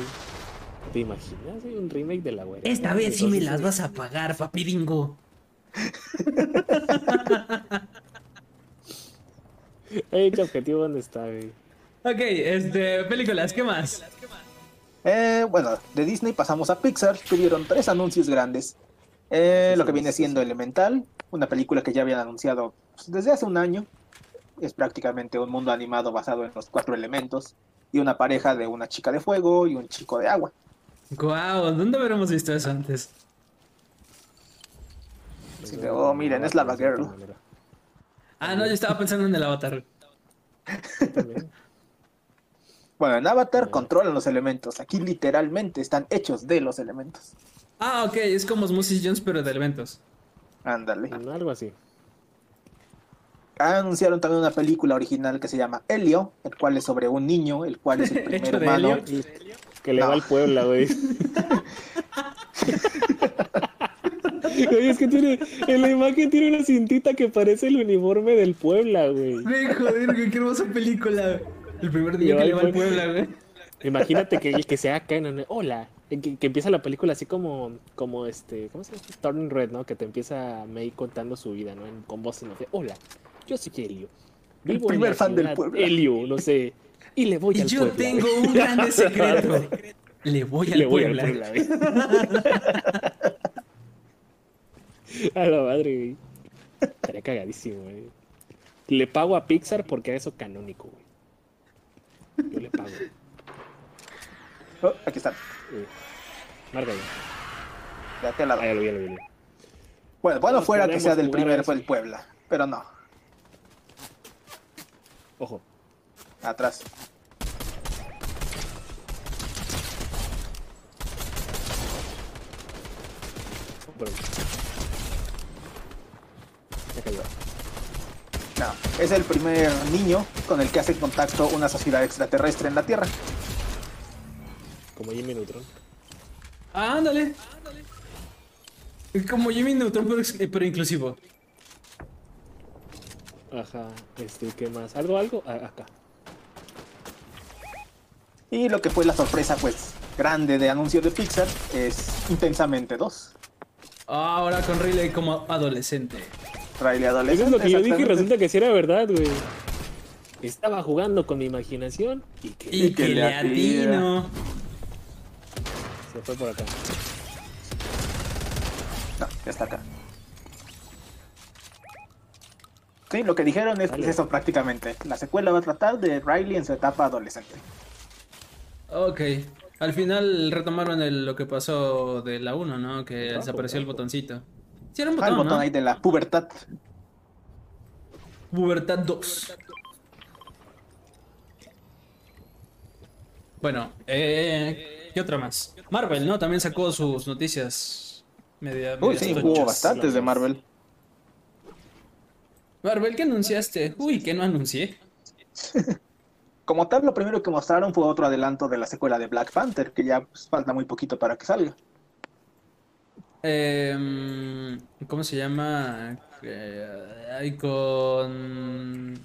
¿Te imaginas güey, un remake de la güereja? Esta vez sí me las Entonces, vas a pagar, papiringo. eh, El objetivo, ¿dónde está, güey? Ok, este, películas, ¿qué más? Eh, bueno, de Disney pasamos a Pixar. Tuvieron tres anuncios grandes. Eh, lo que viene siendo Elemental, una película que ya habían anunciado pues, desde hace un año. Es prácticamente un mundo animado basado en los cuatro elementos y una pareja de una chica de fuego y un chico de agua. Guau, ¿dónde habríamos visto eso antes? Sí, de, oh, miren, es Lava Girl. Ah, no, yo estaba pensando en el avatar. También. Bueno, en Avatar controlan los elementos. Aquí literalmente están hechos de los elementos. Ah, ok, es como Moses Jones, pero de elementos. Ándale. Algo así. Anunciaron también una película original que se llama Helio, el cual es sobre un niño, el cual es el primer ¿Hecho de humano. helio? Que le va al Puebla, güey. Oye, es que tiene. En la imagen tiene una cintita que parece el uniforme del Puebla, güey. Me joder, qué hermosa película. El primer día Yo que ahí le va al voy. Puebla, güey. Imagínate que, que sea acá en un- Hola. eh, Que, que empieza la película así como, como este, ¿cómo se llama? Turning Red, ¿no? Que te empieza May contando su vida, ¿no? En- con voz en off. Hola, yo soy Helio. El Vivo en primer la fan del ciudad Puebla. Helio, no sé. Y le voy Y al yo Puebla, tengo güey. un grande secreto. Le voy al le voy Puebla. al Puebla, güey. A la madre, güey. Estaría cagadísimo, güey. Le pago a Pixar porque haga eso canónico, güey. Yo le pago. Oh, aquí está. Eh, Márcalo. De aquel lado. Ah, ya lo vi, ya lo vi, ya lo vi. Bueno, bueno Todos fuera que podemos sea del jugar a primer eso. fue el Puebla, pero no. Ojo. Atrás. Pero... Ya cayó. No. Es el primer niño con el que hace contacto una sociedad extraterrestre en la Tierra. Como Jimmy Neutron. Ah, ándale. Como Jimmy Neutron, pero, ex- eh, pero inclusivo. Ajá. Este, ¿qué más? ¿Algo, algo? Ah, acá. Y lo que fue la sorpresa, pues, grande de anuncio de Pixar es Intensamente 2. Ah, ahora con Riley como adolescente. Trailer adolescente. Eso es lo que yo dije y exactamente. resulta que sí era verdad, güey. Estaba jugando con mi imaginación y que Y, que, le atira. atino. se fue por acá. No, ya está acá. Sí, lo que dijeron es Dale. es eso prácticamente. La secuela va a tratar de Riley en su etapa adolescente. Ok. Al final retomaron el- lo que pasó de la 1, ¿no? Que desapareció el botoncito. Sí, era un Ah, el botón, botón ¿no? ahí de la pubertad. Pubertad 2. Bueno, eh, ¿qué otra más? Marvel, ¿no? También sacó sus noticias media, Uy, medias sí, tochas. hubo bastantes de Marvel. Marvel, ¿qué anunciaste? Uy, que no anuncié. Como tal, lo primero que mostraron fue otro adelanto de la secuela de Black Panther, que ya pues, falta muy poquito para que salga. Em, ¿cómo se llama? Eh, ay, con...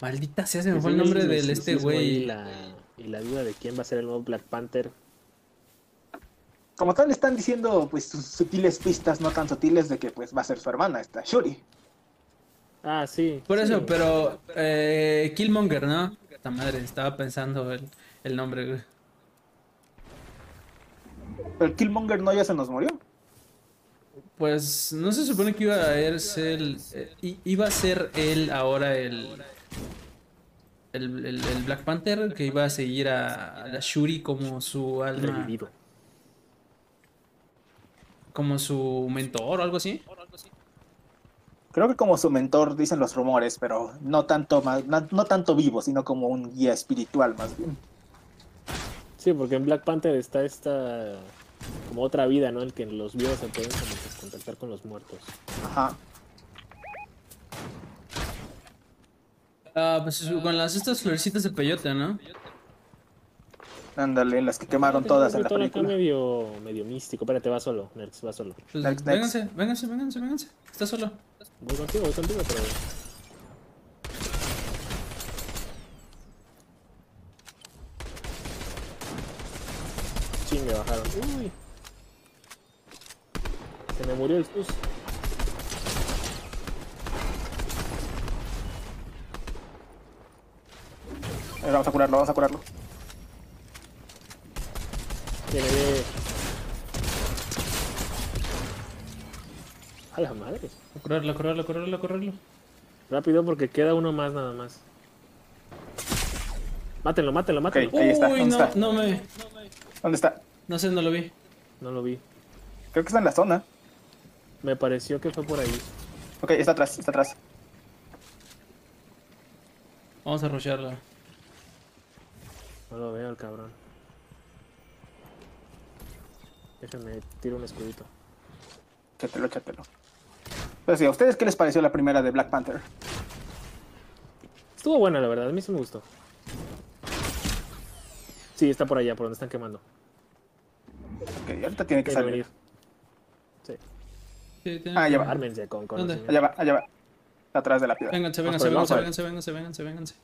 Maldita sea, se me fue el nombre Ese del este misticismo Y güey. la, y la duda de quién va a ser el nuevo Black Panther. Como tal, están diciendo pues sus sutiles pistas, no tan sutiles, de que pues va a ser su hermana, esta Shuri. Ah, sí. Por sí. eso, pero... eh, Killmonger, ¿no? Puta madre, estaba pensando el, el nombre, güey. Pero Killmonger no ya se nos murió. Pues no se supone que iba a ser el, eh, i- iba a ser él ahora el el, el- el Black Panther que iba a seguir a, a la Shuri como su alma, Revivido. como su mentor o algo así. Creo que como su mentor dicen los rumores, pero no tanto, más, no, no tanto vivo, sino como un guía espiritual más bien. Sí, porque en Black Panther está esta. Como otra vida, ¿no? El que los vivos se pueden como que contactar con los muertos. Ajá. Ah, pues su- con las estas florecitas de peyote, ¿no? Ándale, las que quemaron todas en la Todo acá película. medio, medio místico. Espérate, va solo, Nerx, va solo. Pues, Next, next. vénganse, vénganse, vénganse, vénganse. Está solo. Voy contigo, voy contigo, pero. Chingue, bajaron. Uy. Se me murió el sus. Eh, A ver, vamos a curarlo, vamos a curarlo. A la madre. Correrlo, correrlo, correrlo, correrlo. Rápido porque queda uno más nada más. Mátenlo, mátenlo, mátenlo. Ahí está, Uy, ¿dónde no, está? no me. ¿Dónde está? No sé, no lo vi. No lo vi. Creo que está en la zona. Me pareció que fue por ahí. Ok, está atrás, está atrás. Vamos a rushearla. No lo veo el cabrón. Déjame, tiro un escudito. Échatelo, échatelo. Pero Pues sí, ¿a ustedes qué les pareció la primera de Black Panther? Estuvo buena, la verdad. A mí sí me gustó. Sí, está por allá, por donde están quemando. Ok, ahorita tiene que Tiene que salir. venir. Sí, tiene- Ah, ya va, Ármense con con ¿Dónde? conocimiento. allá va, allá va. Atrás de la piedra. Vénganse, Vamos vénganse, por vénganse, el- vénganse, vénganse, vénganse, vénganse.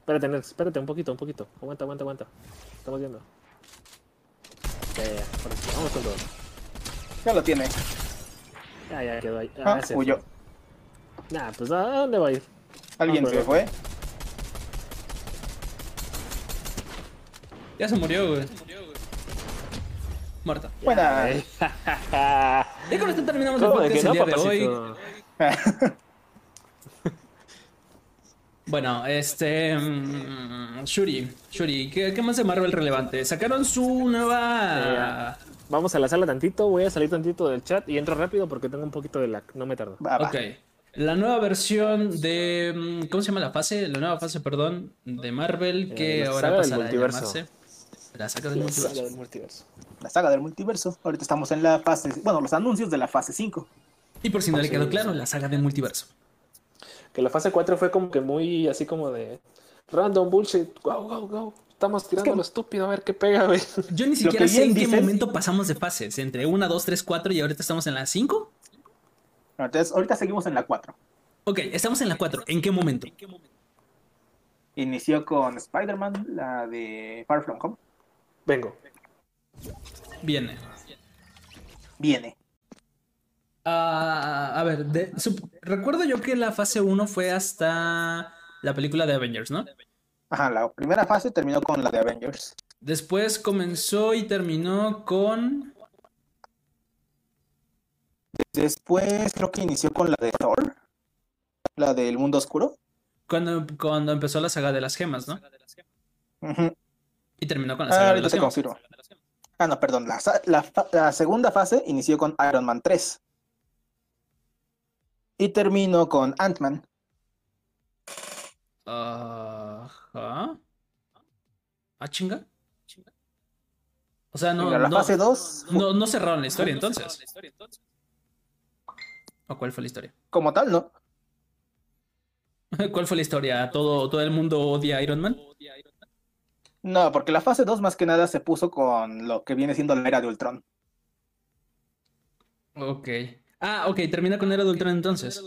Espérate, Nex, espérate, un poquito, un poquito. Aguanta, aguanta, aguanta. Estamos viendo. Ya, ya, ya. Ahora sí, vamos con todo. Ya lo tiene. Ya, ya quedó ahí. Ah, Ah, se huyó. fue. Nah, pues ¿a dónde va a ir? Alguien Ah, se pero- fue. Ya se murió, güey. Muerta. Buena. Ay. Y con esto terminamos el ¿Cómo de podcast que el no, día de hoy. papacito? Bueno, este. mm, Shuri, Shuri, ¿qué, qué más de Marvel relevante? Sacaron su nueva. Vamos a la sala tantito, voy a salir tantito del chat y entro rápido porque tengo un poquito de lag, no me tardo. Va, Ah, va. Ok. La nueva versión de. mm, ¿Cómo se llama la fase? La nueva fase, perdón, de Marvel Eh, que la ahora saga del pasará a multiverso. llamarse. La saga del multiverso. La saga del multiverso. Ahorita estamos en la fase. Bueno, los anuncios de la fase 5. Y por si no le quedó Sí. claro, la saga del multiverso. Que la fase 4 fue como que muy así como de random bullshit. Wow, wow, wow. Estamos tirando lo estúpido, a ver qué pega, güey. Yo ni Lo siquiera que sé bien en qué dices- momento pasamos de fases. Entre 1, 2, 3, 4 y ahorita estamos en la 5. Entonces, ahorita seguimos en la 4. Ok, estamos en la 4. ¿En qué momento? Inició con Spider-Man, la de Far From Home. Vengo. Viene. Viene. Ah, a ver, de- sup- recuerdo yo que la fase 1 fue hasta la película de Avengers, ¿no? Ajá, la primera fase terminó con la de Avengers. Después comenzó y terminó con... Después creo que inició con la de Thor. La del mundo oscuro. Cuando, cuando empezó la saga de las gemas, ¿no? Ujú. Y terminó con la Ah, saga de ahorita las te gemas. confirmo. Ah, no, perdón. La, sa- la fa- la segunda fase inició con Iron Man 3. Y terminó con Ant-Man. Ajá. Ah, chinga. O sea, no, Mira, la no, fase 2, no, no cerraron la historia entonces. ¿O cuál fue la historia? como tal, ¿no? ¿Cuál fue la historia? ¿Todo, todo el mundo odia a Iron Man? No, porque la fase 2 más que nada se puso con lo que viene siendo la era de Ultron. Ok. Ah, ok, termina con Era de Ultron entonces.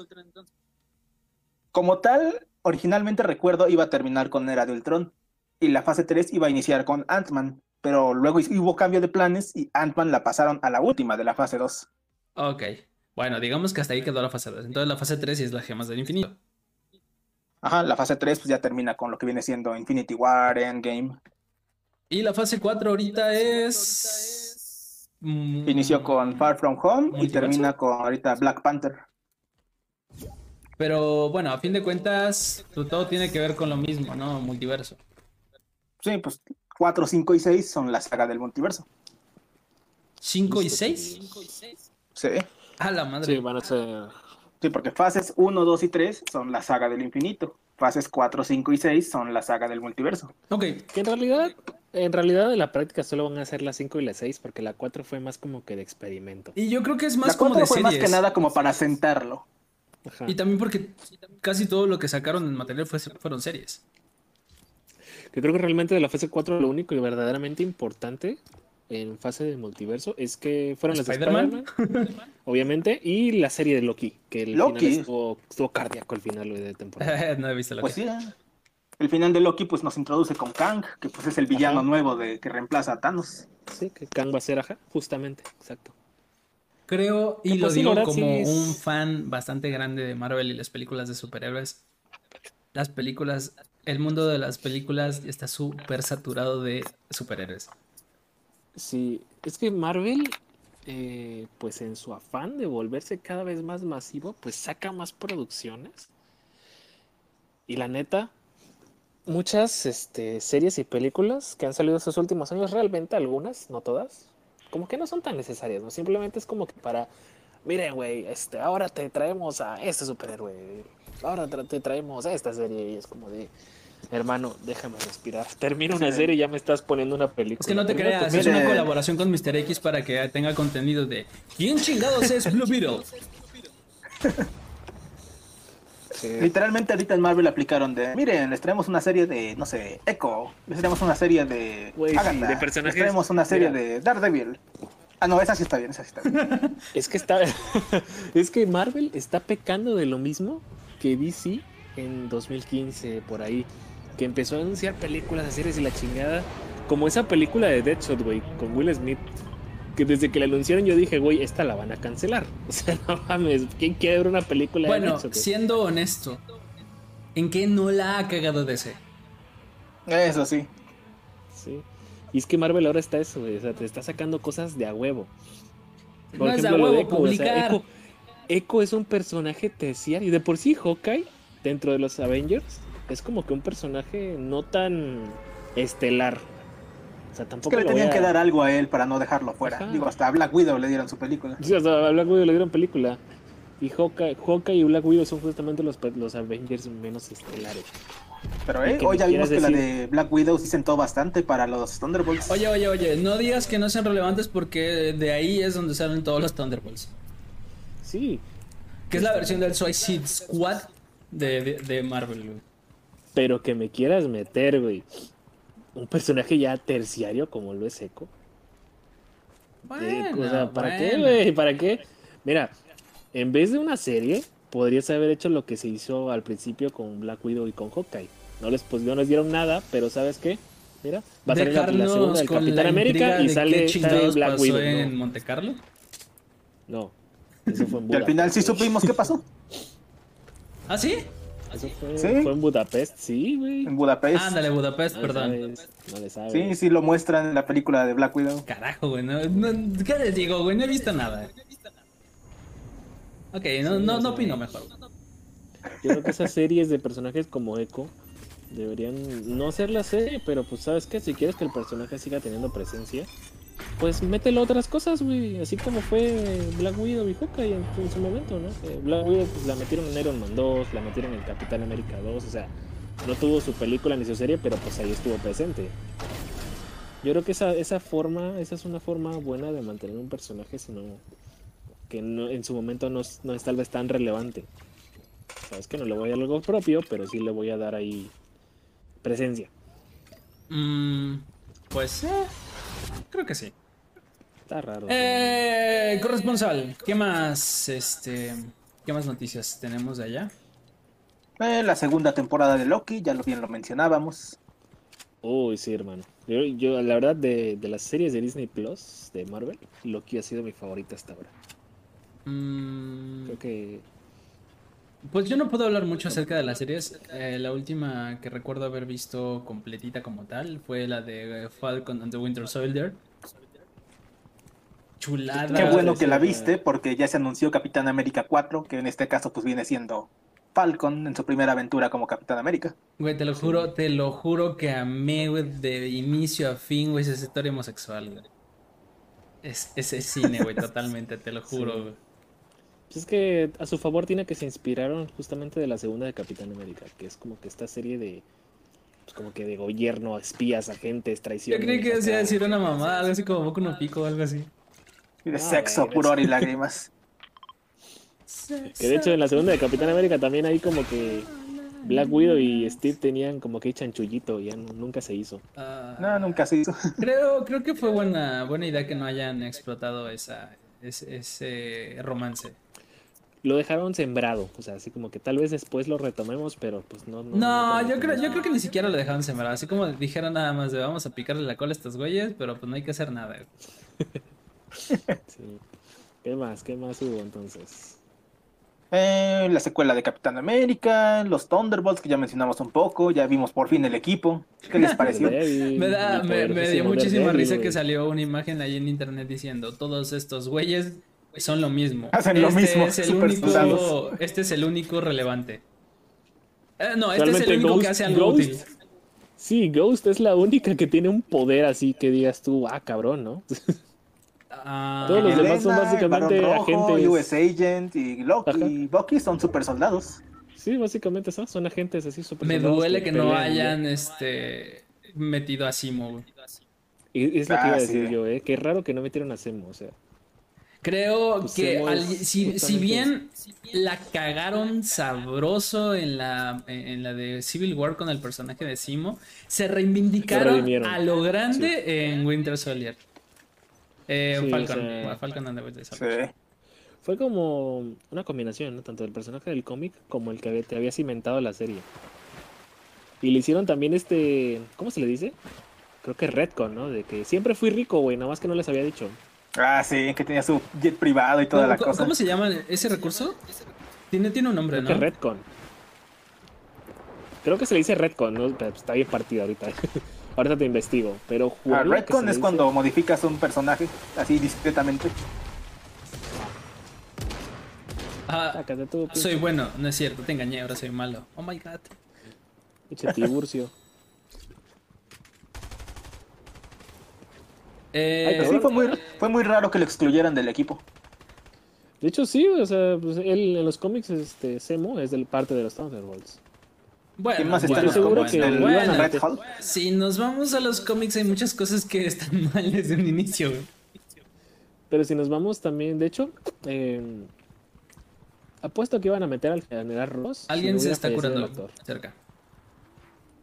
Como tal, originalmente recuerdo iba a terminar con era de Ultron. Y la fase 3 iba a iniciar con Ant-Man. Pero luego hi- hubo cambio de planes y Ant-Man la pasaron a la última de la fase 2. Ok. Bueno, digamos que hasta ahí quedó la fase 2. Entonces la fase 3 es las gemas del infinito. Ajá, la fase 3 pues ya termina con lo que viene siendo Infinity War, Mm. Endgame. Y la fase 4 ahorita es... Mm, Inició con Far From Home y ¿Multiverso? termina con ahorita Black Panther. Pero bueno, a fin de cuentas, to- todo tiene que ver con lo mismo, ¿no? Multiverso. Sí, pues 4, 5 y 6 son la saga del multiverso. 5 y 6. Sí. A la Sí, madre. van a ser. Sí, porque fases 1, 2 y 3 son la saga del infinito. Fases 4, 5 y 6 son la saga del multiverso. Ok, Que en realidad, en realidad en la práctica solo van a ser las 5 y las 6 porque la 4 fue más como que de experimento. y yo creo que es más la como de cuatro fue más que series. nada como para sentarlo. Ajá. Y también porque casi todo lo que sacaron en material fue- fueron series. Yo creo que realmente de la fase 4 lo único y verdaderamente importante en fase de multiverso es que fueron las de ¿Spider-Man? Spider-Man, obviamente, y la serie de Loki, que el Loki. final estuvo, estuvo cardíaco el final güey, de temporada. no he visto lo Pues que... sí. ¿eh? El final de Loki pues nos introduce con Kang, que pues es el villano Ajá. nuevo de que reemplaza a Thanos. Sí, que Kang va a ser, ajá, justamente, exacto. Creo, y Que, lo pues, sí, la digo verdad, sí como es- un fan bastante grande de Marvel y las películas de superhéroes, las películas, el mundo de las películas está súper saturado de superhéroes. Sí, es que Marvel eh, pues en su afán de volverse cada vez más masivo, pues saca más producciones. Y la neta, muchas este, series y películas que han salido estos últimos años, realmente algunas, no todas, como que no son tan necesarias, ¿no? Simplemente es como que para, miren, güey, este, ahora te traemos a este superhéroe, ahora tra- te traemos a esta serie, y es como de... Hermano, déjame respirar. Termina una serie y ya me estás poniendo una película. Es que no te Termina tu creas, serie. es una mira. colaboración con Mr. X para que tenga contenido de ¿Quién chingados es Blue Beetle? Sí. Literalmente ahorita en Marvel aplicaron de, miren, les traemos una serie de, no sé, Echo, les traemos una serie de Güey, sí, Agatha, de personajes, les traemos una serie mira. de Daredevil. Ah, no, esa sí está bien, esa sí está bien. Es que está. es que Marvel está pecando de lo mismo que DC en 2015, por ahí. Que empezó a anunciar películas, series y la chingada. Como esa película de Deadshot, güey, con Will Smith. Que desde que la anunciaron yo dije, güey, esta la van a cancelar. O sea, no mames, ¿quién quiere ver una película de Bueno, Deadshot? güey? siendo honesto, ¿en qué no la ha cagado DC? Eso sí. Sí. Y es que Marvel ahora está eso, güey. O sea, te está sacando cosas de a huevo. No es de a lo huevo Echo, o sea, publicar. Echo- Echo es un personaje terciario. Y de por sí, Hawkeye, dentro de los Avengers, es como que un personaje no tan estelar. O sea, Es tampoco. que le lo voy tenían a- que dar algo a él para no dejarlo fuera. Ajá. Digo, hasta a Black Widow le dieron su película. Sí, o sea, a Black Widow le dieron película. Y Hawkeye, Hawkeye y Black Widow son justamente los, pe- los Avengers menos estelares. Pero Y eh, que hoy ni ya vimos que quieras la de Black Widow sí sentó bastante para los Thunderbolts. Oye, oye, oye, no digas que no sean relevantes porque de ahí es donde salen todos los Thunderbolts. Sí, Que es la versión del Suicide Squad de, de- de Marvel. güey. Pero que me quieras meter, güey. Un personaje ya terciario como lo es Echo. Eh, o sea, ¿para qué, bueno. güey? ¿Para qué? Mira, en vez de una serie, podrías haber hecho lo que se hizo al principio con Black Widow y con Hawkeye. No les, pues, no les dieron nada, pero ¿sabes qué? Mira, va a salir la, la Dejarnos segunda del con Capitán la intriga América y de sale, qué sale chingados Black pasó Widow. en No, Monte Carlo. no, eso fue en Y Budapest. al final sí güey. supimos qué pasó. ¿Ah, sí? Eso fue, ¿Sí? fue en Budapest, sí, güey. En Budapest. Ándale, Budapest, No le perdón. sabes, no le sabes. Sí, sí lo muestran en la película de Black Widow. Carajo, güey. No, no- ¿Qué les digo, güey? No he visto nada. Ok, no, no, no opino mejor. Yo creo que esas series de personajes como Echo deberían no ser la serie, pero pues sabes que si quieres que el personaje siga teniendo presencia, pues mételo a otras cosas, güey. Así como fue Black Widow y Hawkeye en, en su momento, ¿no? Eh, Black Widow pues, la metieron en Iron Man 2, la metieron en Capitán América 2, o sea, no tuvo su película ni su serie, pero pues ahí estuvo presente. Yo creo que esa, esa forma, esa es una forma buena de mantener un personaje, sino que no, en su momento no, es- no es tal vez tan relevante. Sabes que no le voy a dar algo propio, pero sí le voy a dar ahí presencia. Mm, pues, eh, creo que sí. Está raro. Eh, corresponsal, ¿qué más, este, qué más noticias tenemos de allá? Eh, la segunda temporada de Loki, ya lo bien lo mencionábamos. Uy, sí, hermano. Yo, yo, la verdad, de, de las series de Disney Plus, de Marvel, Loki ha sido mi favorita hasta ahora. Mm, Creo que pues yo no puedo hablar mucho acerca de las series. Eh, la última que recuerdo haber visto completita como tal fue la de eh, Falcon and the Winter Soldier. Chulada. Qué Ah, bueno sí, que sí, la sí. viste, porque ya se anunció Capitán América 4, que en este caso pues viene siendo Falcon en su primera aventura como Capitán América. Güey, te lo juro, te lo juro que amé, güey, de inicio a fin, güey, esa historia homosexual, güey. Es, ese cine, güey, totalmente, te lo juro, Sí. güey. Pues es que a su favor tiene que se inspiraron justamente de la segunda de Capitán América, que es como que esta serie de. pues como que de gobierno, espías, agentes, Yo traiciones. creí que acá. decía decir una mamada, algo así como Boku no Pico o algo así. Y de Ah, sexo, bueno, furor y lágrimas. Que de hecho en la segunda de Capitán América también ahí como que Black Widow y Steve tenían como que chanchullito, ya nu- nunca se hizo. Ah, No, nunca se hizo. Creo, creo que fue buena, buena idea que no hayan explotado esa, ese, ese romance. Lo dejaron sembrado, o sea, así como que tal vez después lo retomemos, pero pues no. No, yo creo, yo prometemos. creo que ni siquiera lo dejaron sembrar. Así como dijeron nada más de vamos a picarle la cola a estos güeyes, pero pues no hay que hacer nada. güey. Sí. ¿Qué más? ¿Qué más hubo entonces? Eh, la secuela de Capitán América, los Thunderbolts, que ya mencionamos un poco, ya vimos por fin el equipo. ¿Qué les pareció? Daredevil, Me, da, el me, me dio poderosísimo muchísima Daredevil, risa que güey. salió una imagen ahí en internet diciendo todos estos güeyes son lo mismo. Este Hacen lo mismo, Es el súper único, soldados. este es el único relevante. Eh, no, este es Realmente el único Ghost- que hace algo Ghost- útil. Sí, Ghost es la única que tiene un poder así que digas tú, ah, cabrón, ¿no? Ah, Todos los demás son Elena, básicamente el Barón Rojo, agentes. US Agent y Loki Ajá. y Bucky son super soldados. Sí, básicamente son, son agentes así súper me soldados duele que no pelean, güey. hayan este metido a Simo. güey. Y es lo que Ah, iba a sí. decir yo, ¿eh? Qué raro que no metieron a Semo, o sea. Creo Pues que Simo es alguien- si, si justamente bien la cagaron sabroso en la, en la de Civil War con el personaje de Simo, se reivindicaron redimieron. a lo grande en Winter Soldier. Eh, Sí, Falcon, o sea- Falcon and the Winter Sí. Soldier. Fue como una combinación, ¿no? Tanto del personaje del cómic como el que había- te había cimentado la serie. Y le hicieron también este. ¿Cómo se le dice? Creo que Redcon, ¿no? De que siempre fui rico, güey, nada más que no les había dicho. Ah, sí, que tenía su jet privado y toda la ¿Cómo, cosa. cómo se llama ese recurso? Tiene, tiene un nombre, Creo ¿no? que Redcon. Creo que se le dice Redcon, ¿no? Pero Está bien partido ahorita. ahorita te investigo. Pero Ah, juraría que se Redcon le es dice- cuando modificas un personaje así discretamente. Eh, Ah, Sácate tú, pinche- soy bueno, no es cierto, te engañé, ahora soy malo. Oh my god. pinche Tiburcio. Eh, Ay, Sí, cabrón. fue muy, fue muy raro que lo excluyeran del equipo. De hecho, sí, o sea, pues, él en los cómics, este, Semo es del parte de los Thunderbolts. bueno, ¿Quién más está bueno, en los seguro cómics? que ¿El lo iban bueno, a Red Hulk? Si nos vamos a los cómics, hay muchas cosas que están mal desde un inicio. güey. Pero si nos vamos también, de hecho, eh, apuesto que iban a meter al general Ross. si Alguien no se hubiera está fallecido el curando actor. cerca.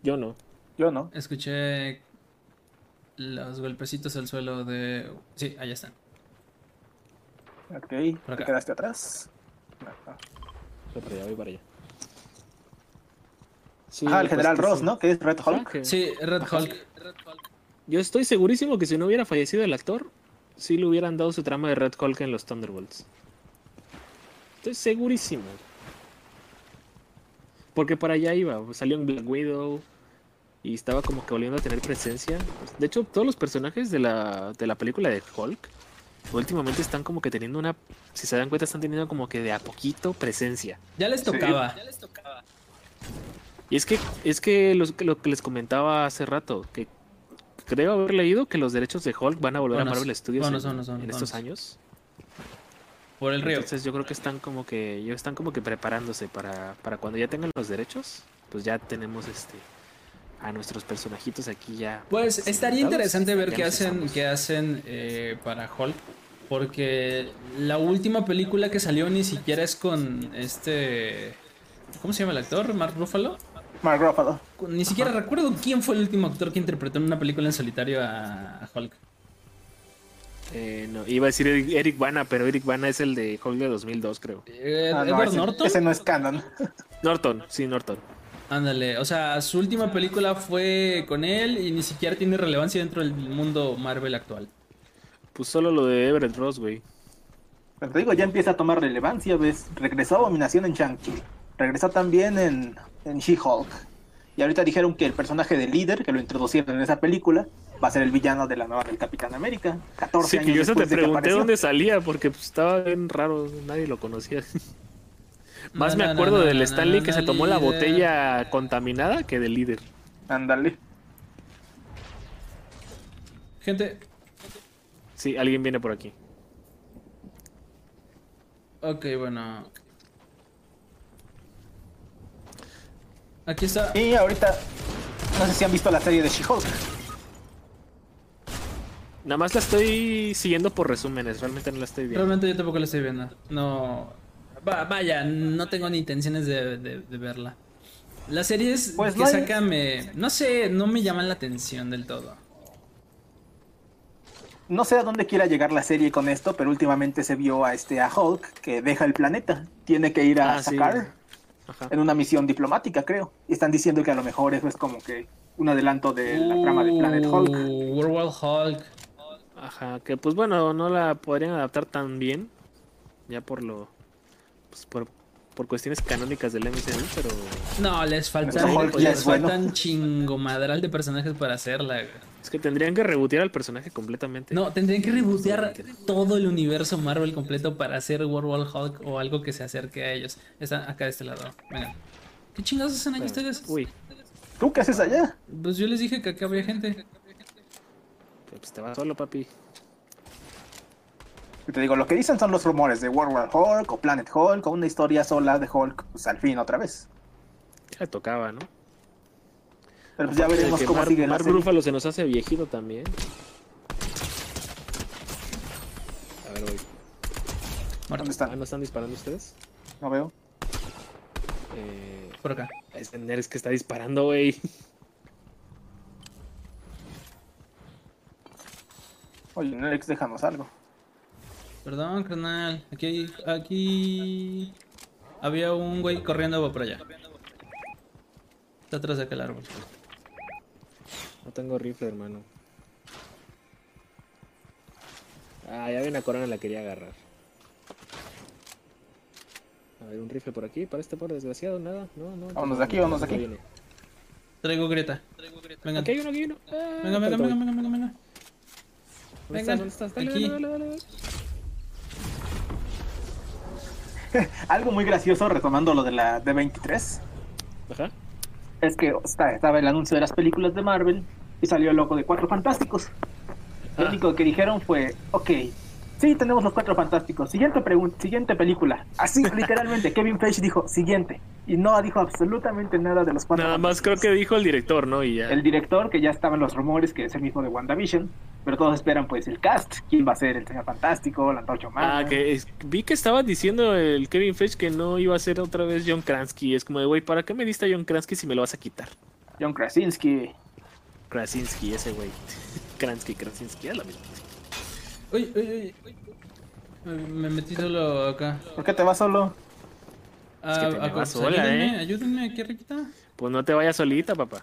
Yo no. Yo no. Escuché los golpecitos al suelo de. Sí, allá están. Ok, Por acá. te quedaste atrás. Ajá. Voy para allá, voy para allá. Sí, Ah, el pues, general que Ross, sí. ¿no? Que es Red Ajá, Hulk. que- Sí, Red Hulk. Yo estoy segurísimo que si no hubiera fallecido el actor, sí le hubieran dado su trama de Red Hulk en los Thunderbolts. Estoy segurísimo. Porque para allá iba, salió en Black Widow y estaba como que volviendo a tener presencia. De hecho, todos los personajes de la, de la película de Hulk últimamente están como que teniendo una, si se dan cuenta, están teniendo como que de a poquito presencia. Ya les tocaba. Ya les tocaba. Y es que, es que los- lo que les comentaba hace rato, que creo haber leído que los derechos de Hulk van a volver Vámonos, a Marvel Studios vámonos, en, vámonos, vámonos, en estos vámonos. años. Por el río. Entonces yo creo que están como que, yo están como que preparándose para, para cuando ya tengan los derechos, pues ya tenemos este a nuestros personajitos aquí ya. Pues estaría interesante ver Ya qué nos hacen, estamos. qué hacen eh, para Hulk. Porque la última película que salió ni siquiera es con este. ¿Cómo se llama el actor? ¿Mark Ruffalo? Mark Ruffalo. Ni siquiera recuerdo quién fue el último actor que interpretó en una película en solitario a a Hulk. Eh, no, iba a decir Eric, Eric Bana, pero Eric Bana es el de Hulk de 2002 creo. Eh, Ah, no, Edward ese, Norton. ese no es canon. Norton, sí, Norton. Ándale, o sea, su última película fue con él y ni siquiera tiene relevancia dentro del mundo Marvel actual. Pues solo lo de Everett Ross, güey. Pero te digo, ya empieza a tomar relevancia, ¿ves? Regresó Abominación en Shang-Chi. Regresó también en, en She-Hulk. Y ahorita dijeron que el personaje de líder, que lo introducieron en esa película, va a ser el villano de la nueva del Capitán América. 14 Sí, años que yo eso te después de que pregunté apareció. dónde salía, porque pues, estaba bien raro, nadie lo conocía. Más Na, me na, acuerdo na, del na, Stanley na, que na, se tomó la líder. botella contaminada que del líder. Ándale. Gente, Sí, alguien viene por aquí. ok, bueno. Aquí está. Y ahorita, no sé si han visto la serie de She-Hulk. Nada más la estoy siguiendo por resúmenes, realmente no la estoy viendo. Realmente yo tampoco la estoy viendo. No. Va- vaya, no tengo ni intenciones de, de- de verla. Las series Pues que no hay- saca me. No sé, no me llaman la atención del todo. No sé a dónde quiera llegar la serie con esto, pero últimamente se vio a este a Hulk que deja el planeta. Tiene que ir a Ah, sí. sacar Ajá. en una misión diplomática, creo. Y están diciendo que a lo mejor eso es como que un adelanto de la trama de Planet Mm. Hulk. Uh, World War Hulk. Ajá, que pues bueno, no la podrían adaptar tan bien. Ya por lo. Pues por por cuestiones canónicas del MCU, pero No, les faltan, Pero Hulk ya les es bueno. faltan chingomadral de personajes para hacerla. güey. es que tendrían que rebotear al personaje completamente. No, tendrían que rebotear todo el universo Marvel completo para hacer World War Hulk o algo que se acerque a ellos. Están acá de este lado. Venga. ¿Qué chingados hacen allí Pero- ustedes? Uy, ¿Tú qué haces allá? Pues yo les dije que acá había gente. pues te vas solo, papi. Y te digo, lo que dicen son los rumores de World War Hulk o Planet Hulk o una historia sola de Hulk, pues al fin otra vez. Ya tocaba, ¿no? Pero pues ya veremos Que cómo Mar, sigue la Mar serie. Brúfalo se nos hace viejito también. A ver, voy. Muerto. ¿Dónde Ah, están? ¿no están disparando ustedes? No veo. Eh, Por acá. este nerd es que está disparando, güey. Oye, Alex, déjanos algo. Perdón, carnal. Aquí, aquí había un güey corriendo por allá. Está atrás de aquel árbol. No tengo rifle, hermano. Ah, ya había una corona, la quería agarrar. A ver, un rifle por aquí, para este pobre desgraciado, nada. No, no. Vámonos de aquí, vámonos de aquí. Viene. Traigo grieta. Venga, Aquí hay uno, aquí hay uno. Ah, venga, venga, perdón. venga, venga, venga, venga. ¿Dónde venga, estás? ¿Dónde estás? Dale, aquí. dale, dale, dale, dale. Algo muy gracioso, retomando lo de la D23, Ajá. es que está- estaba el anuncio de las películas de Marvel y salió el loco de Cuatro Fantásticos. Lo Ah. único que dijeron fue, ok, sí, tenemos los Cuatro Fantásticos. Siguiente, pregun- siguiente película. Así, literalmente, Kevin Feige dijo, siguiente. Y no dijo absolutamente nada de los Cuatro Nada más creo Fantásticos. que dijo el director, ¿no? Y ya. El director, que ya estaban los rumores que es el mismo de WandaVision, pero todos esperan pues el cast. ¿Quién va a ser el Señor Fantástico, la Antorcha Humana? Ah, que es- vi que estaba diciendo el Kevin Feige que no iba a ser otra vez John Kransky. Es como de, güey, ¿para qué me diste a John Kransky si me lo vas a quitar? John Krasinski. Krasinski, ese güey. Kransky, Krasinski, es lo mismo. Uy, uy, uy. Me me metí solo acá. ¿Por qué te vas solo? Ah, que te me acá, vas pues, sola, ayúdenme, ¿eh? ayúdenme, aquí riquita. Pues no te vayas solita, papá.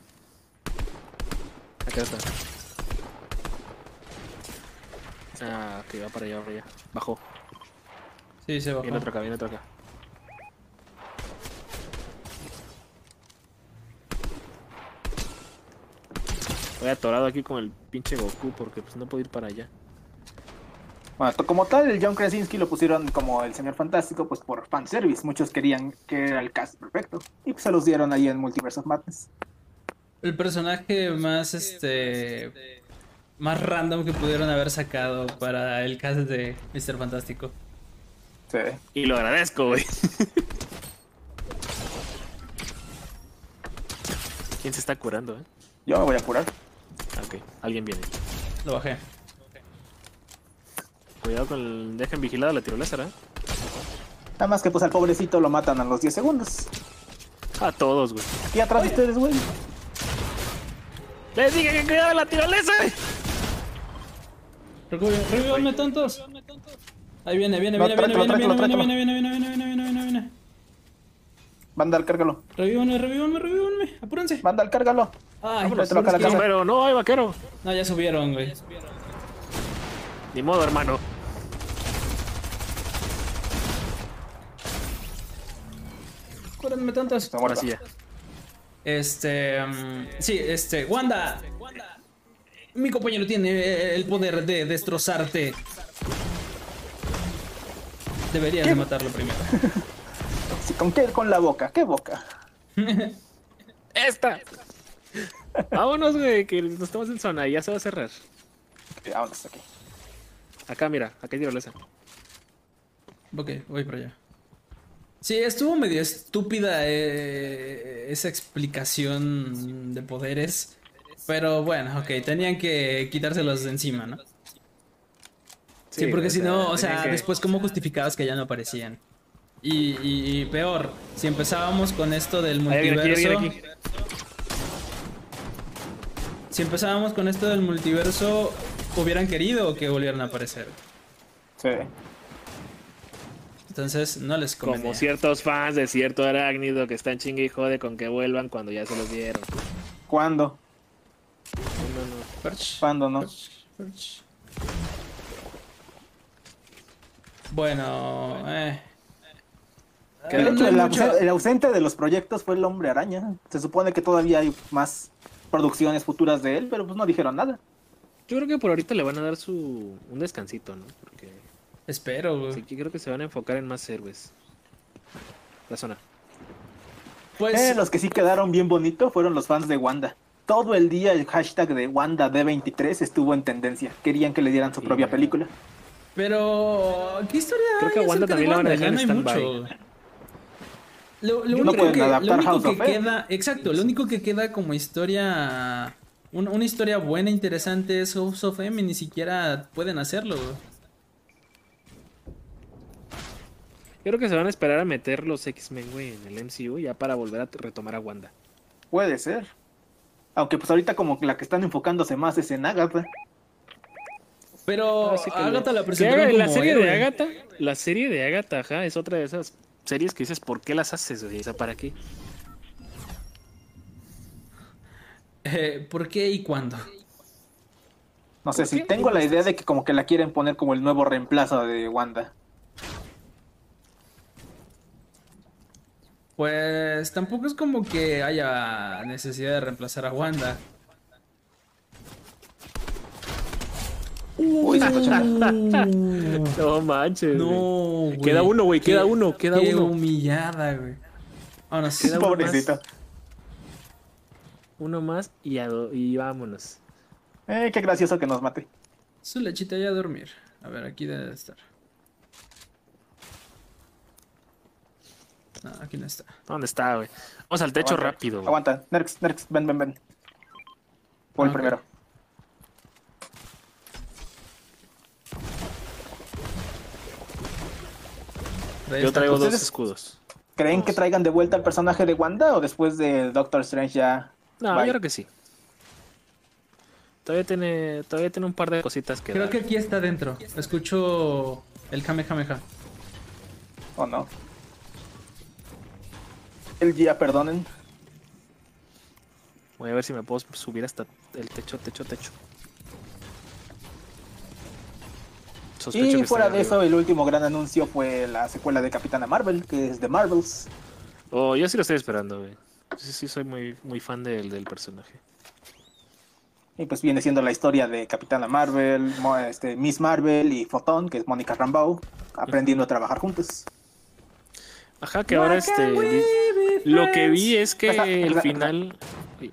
Acá está. Ah, ok, va para allá, va para allá. Bajó. Sí, se bajó. Viene otro acá, viene otro acá. Voy atorado aquí con el pinche Goku porque pues no puedo ir para allá. Bueno, to- como tal, el John Krasinski lo pusieron como el Señor Fantástico, pues por fanservice. Muchos querían que era el cast perfecto. Y pues se los dieron ahí en Multiverse of Madness. El personaje más, este, más random que pudieron haber sacado para el cast de Mr. Fantástico. Sí. Y lo agradezco, güey. ¿Quién se está curando, eh? Yo me voy a curar. Ah, ok, alguien viene. Lo bajé. Cuidado con el... Dejen vigilada la tirolesa, ¿eh? Nada más que pues al pobrecito lo matan a los 10 segundos. A todos, güey. Aquí atrás de ustedes, güey. ¡Les dije que cuidado la tirolesa! Recu- Revívame tontos. Ahí viene, viene, No, viene, viene, viene, tráetelo, viene, tráetelo, viene, viene, viene, viene, viene, viene, viene. Vandal, cárgalo. Revívanme, revívanme, revívanme. Apúrense. Vandal, cárgalo. Ay, vámonos, pero es tráetelo acá a la que- casa. Pero no, hay vaquero. No, ya subieron, güey. Ni modo, hermano. Cúrenme tontos. Se Ahora muerda. sí ya. Este. mm, sí, este. Wanda. Mi compañero tiene eh, el poder de destrozarte. Deberías de matarlo primero. Sí, ¿Con qué? Con la boca. ¿Qué boca? ¡Esta! Vámonos, güey, que nos estamos en zona y ya se va a cerrar. Eh, vámonos aquí. Acá, mira, acá hay tirolesa. Ok, voy para allá. Sí, estuvo medio estúpida eh, esa explicación de poderes. Pero bueno, ok, tenían que quitárselos de encima, ¿no? Sí, porque si no, o sea, tenían que- después cómo justificabas que ya no aparecían. Y, y- y peor, si empezábamos con esto del Ahí viene, multiverso, aquí, ahí viene, aquí. si empezábamos con esto del multiverso, hubieran querido que volvieran a aparecer. Sí. Entonces no les convenía. Como ciertos fans de cierto arácnido que están chingue y jode con que vuelvan cuando ya se los dieron. ¿Cuándo? No, no, no. Perch, ¿Cuándo no? perch, perch. Bueno, eh, Que de hecho, el, abs- el ausente de los proyectos fue el hombre araña. Se supone que todavía hay más producciones futuras de él, pero pues no dijeron nada. Yo creo que por ahorita le van a dar su un descansito, ¿no? Porque Espero, güey. sí que creo que se van a enfocar en más héroes. La zona. Pues, Eh, los que sí quedaron bien bonito fueron los fans de Wanda. Todo el día el hashtag de WandaD23 estuvo en tendencia. Querían que le dieran su Sí. propia película. pero. ¿Qué historia Creo que hay a Wanda acerca de también la van a Wanda? Ya dejar en no hay stand-by. mucho. Lo, lo No único pueden que, lo adaptar único House que of M. queda. Exacto, lo único que queda como historia. un- una historia buena, interesante es House of M. y Ni siquiera pueden hacerlo, güey. Yo creo que se van a esperar a meter los X-Men, güey, en el MCU ya para volver a t- retomar a Wanda. Puede ser. Aunque pues ahorita como que la que están enfocándose más es en Agatha. Pero Así Ah, que Agatha la Que presentaron haga- como la serie de héroe. Agatha, la serie de Agatha, ajá, es otra de esas series que dices, ¿por qué las haces, güey? O sea, ¿para qué? Eh, ¿Por qué y cuándo? No Pues sé, si qué? tengo la idea de que como que la quieren poner como el nuevo reemplazo de Wanda. Pues tampoco es como que haya necesidad de reemplazar a Wanda. Uy, No manches. güey. No, güey. Queda uno, güey, queda Qué- uno, queda qué uno. humillada, güey. Ahora sí. Queda uno. pobrecito. Uno más y, a do- y vámonos. Eh, qué gracioso que nos mate. Su lechita ya a dormir. A ver, aquí debe de estar. No, Ah, aquí no está. ¿Dónde está, güey? Vamos al techo Aguanta, rápido, güey. Aguanta, Nerx, Nerx, ven, ven, ven. Voy Ah, ok. primero. Ahí Yo está. traigo dos ¿Ustedes? escudos. pues, ¿Creen que traigan de vuelta al personaje de Wanda o después de Doctor Strange ya? No, Bye. yo creo que sí. Todavía tiene, todavía tiene un par de cositas que. Creo dar. que aquí está dentro. Escucho el Kamehameha. ¿O no? El día, perdonen. Voy a ver si me puedo subir hasta el techo, techo, techo. Sospecho que Y está fuera ahí de arriba. eso, el último gran anuncio fue la secuela de Capitana Marvel, que es The Marvels. Oh, yo sí lo estoy esperando, güey. Sí, sí, soy muy, muy fan del, del personaje. Y pues viene siendo la historia de Capitana Marvel, Mo- este, Miss Marvel y Photon, que es Mónica Rambeau, aprendiendo a trabajar juntos. Ajá, que ahora este. di- Lo que vi es que Ajá, el ajá, final. Uy,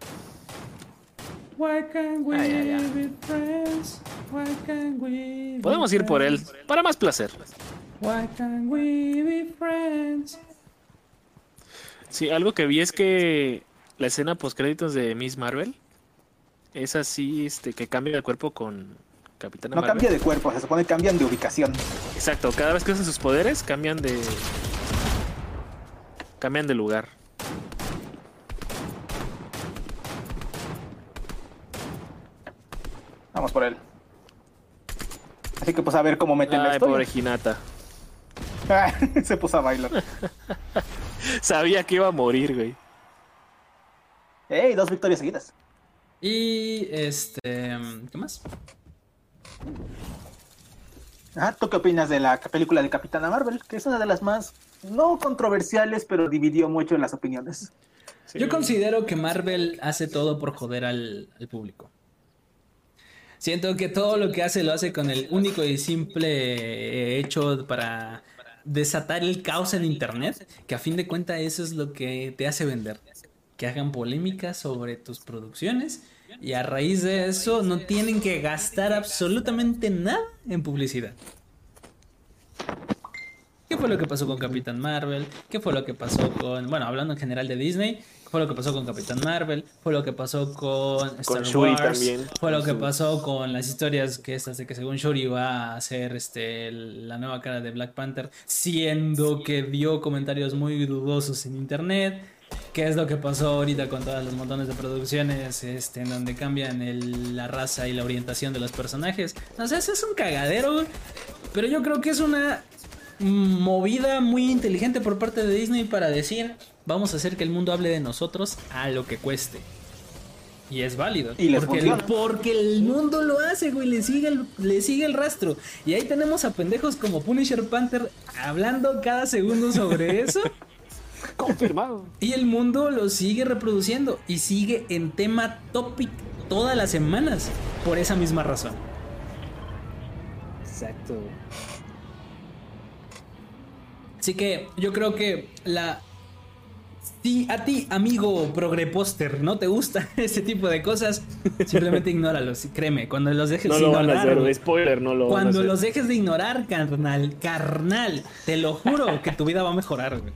Why can't we Ah, ya, ya. be friends? Why can't we be Podemos ir por él friends? para más placer. Why can't we be friends? Sí, algo que vi es que la escena post créditos de Miss Marvel es así, este, que cambia de cuerpo con Capitana No Marvel. cambia de cuerpo, se supone que cambian de ubicación. Exacto, cada vez que usan sus poderes cambian de cambian de lugar. Vamos por él. Así que pues a ver cómo meten la Ay, pobre historia. Hinata. se puso a bailar. Sabía que iba a morir, güey. ¡Ey! Dos victorias seguidas. Y este, ¿qué más? Ajá, Ah, ¿Tú qué opinas de la película de Capitana Marvel? Que es una de las más no controversiales, pero dividió mucho en las opiniones. Sí. Yo considero que Marvel hace todo por joder al, al público. Siento que todo lo que hace lo hace con el único y simple hecho para desatar el caos en internet, que a fin de cuentas eso es lo que te hace vender. Que hagan polémica sobre tus producciones y a raíz de eso no tienen que gastar absolutamente nada en publicidad. ¿Qué fue lo que pasó con Capitán Marvel? ¿Qué fue lo que pasó con, bueno, hablando en general de Disney, ¿qué fue lo que pasó con Capitán Marvel? ¿Fue lo que pasó con Star Shuri Wars? también. ¿Fue lo que Con su- pasó con las historias que estas de que según Shuri va a ser este el- la nueva cara de Black Panther, siendo que dio comentarios muy dudosos en internet? ¿Qué es lo que pasó ahorita con todos los montones de producciones este, en donde cambian el- la raza y la orientación de los personajes? No sé, ese es un cagadero, güey. pero yo creo que es una movida muy inteligente por parte de Disney para decir, vamos a hacer que el mundo hable de nosotros a lo que cueste. Y es válido. Y les porque, el, funciona. porque el mundo lo hace, güey. Le sigue, el, le sigue el rastro. Y ahí tenemos a pendejos como Punisher Panther hablando cada segundo sobre eso. Confirmado. Y el mundo lo sigue reproduciendo. Y sigue en tema topic todas las semanas. Por esa misma razón. Exacto. Así que yo creo que la. Si a ti, amigo progreposter, no te gusta este tipo de cosas, simplemente ignóralos. y Créeme, cuando los dejes No lo van a ignorar, hacer, güey, güey. spoiler, no lo Cuando van a los hacer. dejes de ignorar, carnal, carnal, te lo juro que tu vida va a mejorar. güey.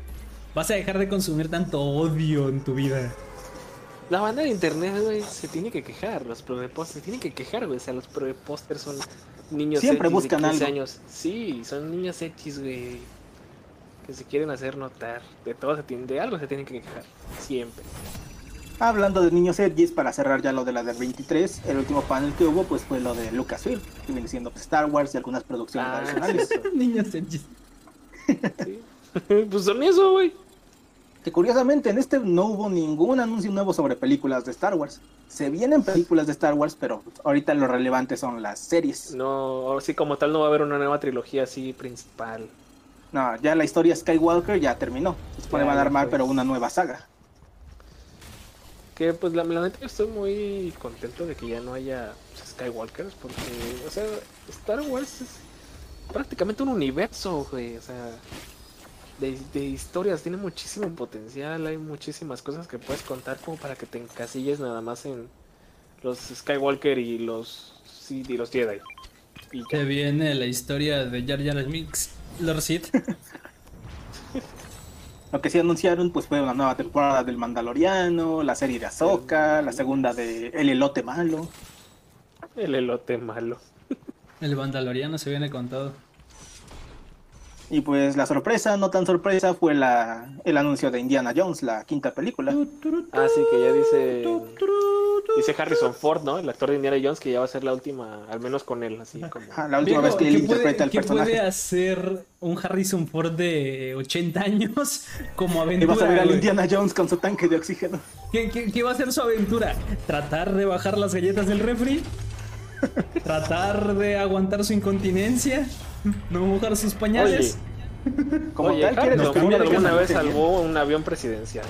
Vas a dejar de consumir tanto odio en tu vida. La banda de internet, güey, se tiene que quejar. Los progreposters se tienen que quejar, güey. O sea, los progreposters son niños Siempre X buscan de 15 algo. años. Sí, son niños X, güey. Que se quieren hacer notar. De todo se tiene, de algo se tienen que quejar. Siempre. Hablando de niños edgys, para cerrar ya lo de la del 23, el último panel que hubo pues fue lo de Lucasfilm, que viene siendo pues, Star Wars y algunas producciones Ah, adicionales. sí, Niños en chis- sí. pues son eso, güey. Que curiosamente en este no hubo ningún anuncio nuevo sobre películas de Star Wars. Se vienen películas de Star Wars, pero ahorita lo relevante son las series. No, ahora sí, como tal, no va a haber una nueva trilogía así principal. No, ya la historia Skywalker ya terminó. Se supone Ya, van a ya armar, fue. pero una nueva saga. Que pues la, la neta yo estoy muy contento de que ya no haya pues, Skywalkers porque, o sea, Star Wars es prácticamente un universo, güey, o sea, de, de historias, tiene muchísimo potencial, hay muchísimas cosas que puedes contar como para que te encasilles nada más en los Skywalker y los, sí, y los Jedi. Y ya. Que viene la historia de Jar Jar Mix, Lord Sid. Lo que sí anunciaron pues fue una nueva temporada del Mandaloriano, la serie de Ahsoka, la segunda de El Elote Malo. el elote malo. El Mandaloriano se viene con todo. Y pues la sorpresa, no tan sorpresa, fue la, el anuncio de Indiana Jones, la quinta película. Así que ya dice, dice Harrison Ford, ¿no? El actor de Indiana Jones que ya va a ser la última, al menos con él, así como... Ajá, La última vez que él Viejo, ¿qué interpreta al puede- qué puede personaje. hacer un Harrison Ford de 80 años como Y aventura? vas a ver al güey? Indiana Jones con su tanque de oxígeno. ¿Qué, qué, qué va a ser su aventura? ¿Tratar de bajar las galletas del refri? ¿Tratar de aguantar su incontinencia? ¿No mojar sus pañales? Como Oye, tal, quiere Harrison Ford descubrir alguna alguna vez salvó un avión presidencial.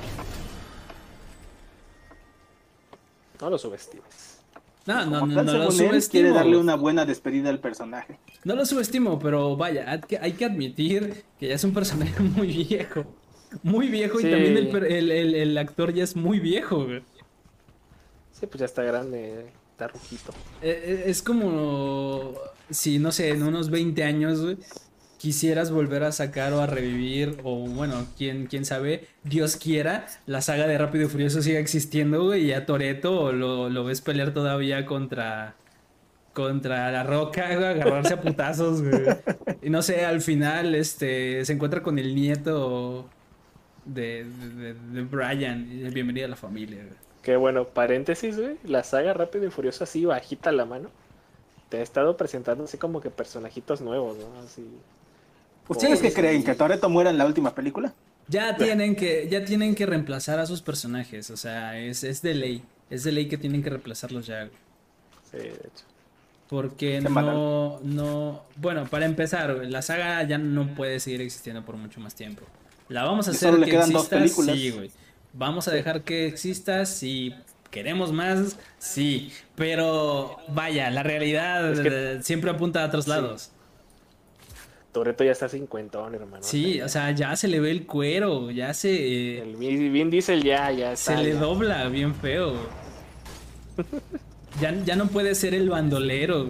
No lo subestimes. no, no, Como no, tal, no lo según él, quiere subestimo. darle una buena despedida al personaje. No lo subestimo, pero vaya, ad- que- hay que admitir que ya es un personaje muy viejo. Muy viejo Sí. y también el, per- el- el- el actor ya es muy viejo. güey. Sí, pues ya está grande, está rujito. Eh, eh, Es como si, no sé, en unos 20 años güey, quisieras volver a sacar o a revivir, o bueno, quién, quién sabe, Dios quiera, la saga de Rápido y Furioso siga existiendo güey, y a Toreto lo, lo ves pelear todavía contra, contra la roca, güey, agarrarse a putazos. güey. Y no sé, al final este, se encuentra con el nieto de, de, de- de Brian. y dice, Bienvenido a la familia. güey". Que bueno, paréntesis, güey. La saga Rápido y Furioso así bajita la mano. Te ha estado presentando así como que personajitos nuevos, ¿no? Así. ¿Ustedes Oh, qué sí. creen? ¿Que Toreto muera en la última película? Ya tienen que, ya tienen que reemplazar a sus personajes, o sea, es, es de ley, es de ley que tienen que reemplazarlos ya, güey. Sí, de hecho. porque Qué no, no, bueno, para empezar, güey, la saga ya no puede seguir existiendo por mucho más tiempo. La vamos a Y hacer solo le que quedan dos exista, películas. sí, güey. Vamos a dejar que exista, si queremos más, sí, pero vaya, la realidad Es que- eh, siempre apunta a otros Sí. lados. Toreto ya está cincuentón, hermano. Sí, o sea, ya se le ve el cuero, ya se, eh, El Vin Vin Diesel ya, ya. Se está, le ya. dobla bien feo. güey. Ya, ya no puede ser el bandolero.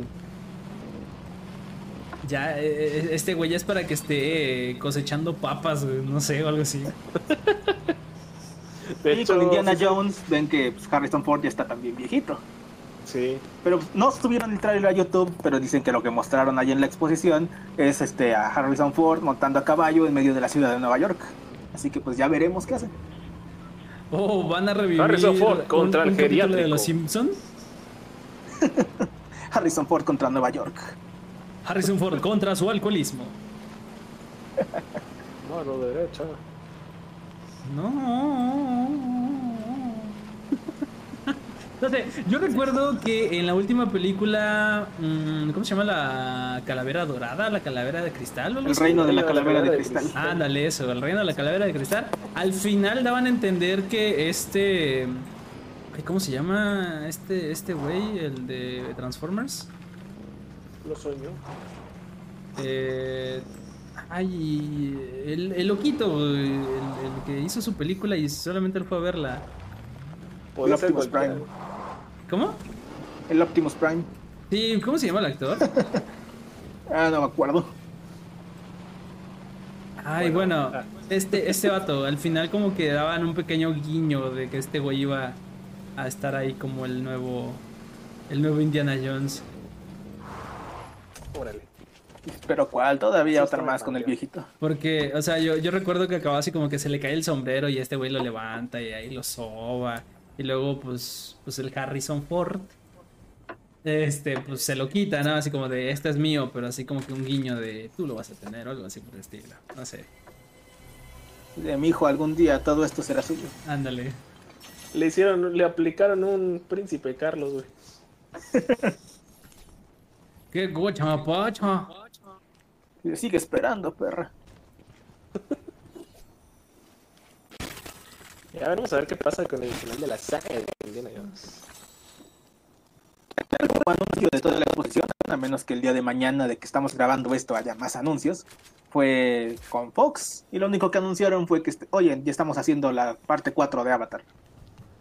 Ya, eh, eh, este güey ya es para que esté eh, cosechando papas, güey, no sé, o algo así. De y hecho, con Indiana sí, Jones ven que pues, Harrison Ford ya está también viejito. Sí. Pero pues, no subieron el trailer a YouTube, pero dicen que lo que mostraron ahí en la exposición es este a Harrison Ford montando a caballo en medio de la ciudad de Nueva York. Así que pues ya veremos qué hacen. Oh, van a revivir Harrison Ford un- contra un, el capítulo de geriátrico. los Simpson. Harrison Ford contra Nueva York. Harrison Ford contra su alcoholismo. Mano derecha. No. No sé, yo recuerdo que en la última película, mm, ¿cómo se llama la calavera dorada? ¿La calavera de cristal? o algo El así? reino de la calavera de cristal. Ah, Ándale, eso, el reino de la calavera de cristal. Al final daban a entender que este. ay, ¿Cómo se llama este este güey? El de Transformers. Lo soñó. Eh, ay, el, el loquito, el, el que hizo su película y solamente él fue a verla. Podía El ser Optimus cualquiera. Prime. ¿Cómo? El Optimus Prime. Sí, ¿cómo se llama el actor? Ah, no me acuerdo. Ay, bueno, este, este vato, al final como que daban un pequeño guiño de que este güey iba a estar ahí como el nuevo, el nuevo Indiana Jones. Órale. Pero cuál, todavía Sí, otra está más con el bastante. viejito. Porque, o sea, yo, yo recuerdo que acababa así como que se le cae el sombrero y este güey lo levanta y ahí lo soba. Y luego, pues, pues el Harrison Ford, este, pues se lo quita, ¿no? Así como de, este es mío, pero así como que un guiño de, tú lo vas a tener o algo así por el estilo. No sé, De mi hijo, algún día todo esto será suyo. ándale. Le hicieron, le aplicaron un príncipe Carlos, güey. ¡Qué gocha, mapacha! Sigue esperando, perra. Ya veremos a ver qué pasa con el final de la saga de Indiana Jones. Como anuncio de toda la exposición, a menos que el día de mañana de que estamos grabando esto haya más anuncios, fue con Fox. Y lo único que anunciaron fue que, este- oye, ya estamos haciendo la parte 4 de Avatar.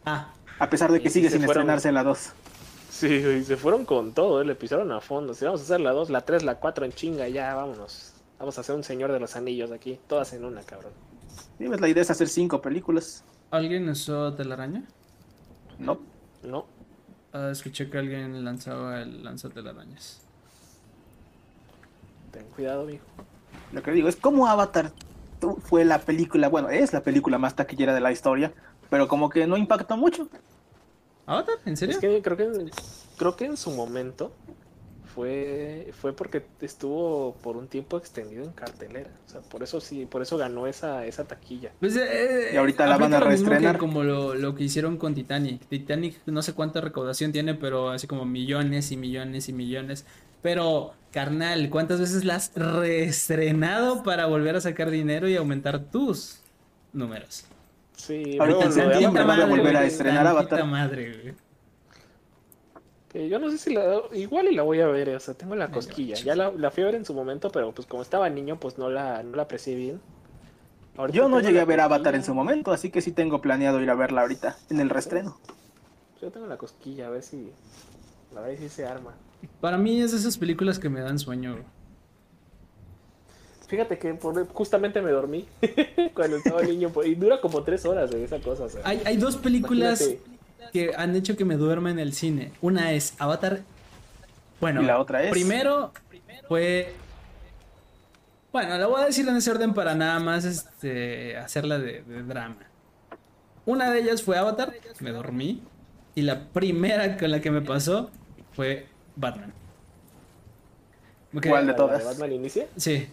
Ah, A pesar de que Y sigue se sin fueron- estrenarse la 2. Sí, güey, se fueron con todo, eh, le pisaron a fondo. Si vamos a hacer la 2, la 3, la 4 en chinga, ya vámonos. Vamos a hacer un señor de los anillos aquí, todas en una, cabrón. Sí, pues, la idea es hacer 5 películas. ¿alguien usó telaraña? No. No, Ah, escuché que alguien lanzaba el lanzatelarañas. ten cuidado, mijo. Lo que digo es cómo Avatar tu- fue la película, bueno, es la película más taquillera de la historia, pero como que no impactó mucho. ¿Avatar? ¿En serio? Es que creo que creo que en su momento fue fue porque estuvo por un tiempo extendido en cartelera, o sea, por eso sí, por eso ganó esa esa taquilla. Pues, eh, Y ahorita la van aplica a lo mismo que reestrenar. Como lo, lo que hicieron con Titanic. Titanic no sé cuánta recaudación tiene, pero así como millones y millones y millones. Pero, carnal, ¿cuántas veces la has reestrenado para volver a sacar dinero y aumentar tus números? Sí, Ahorita luego en lo de septiembre Avatar, van a güey, volver a güey, estrenar tantita Avatar. madre, güey. que yo no sé si la igual y la voy a ver, eh, o sea, tengo la cosquilla. Ya la, la fui a ver en su momento, pero pues como estaba niño, pues no la no la aprecié bien. Ahorita Yo no tengo llegué la a ver Avatar en cosquilla, su momento, así que sí tengo planeado ir a verla ahorita, en el restreno. Pues, Yo tengo la cosquilla, a ver si a ver si se arma. Para mí es de esas películas que me dan sueño. güey. Fíjate que por- justamente me dormí cuando estaba niño pues, y dura como tres horas de esa cosa. o sea. Hay, hay dos películas Imagínate. que han hecho que me duerma en el cine. Una es Avatar. Bueno, Y la otra es- Primero fue. Bueno, la voy a decir en ese orden para nada más este, hacerla de, de drama. Una de ellas fue Avatar, me dormí. Y la primera con la que me pasó fue Batman. Me quedé- ¿Cuál de ¿La todas? Batman inicia. Sí.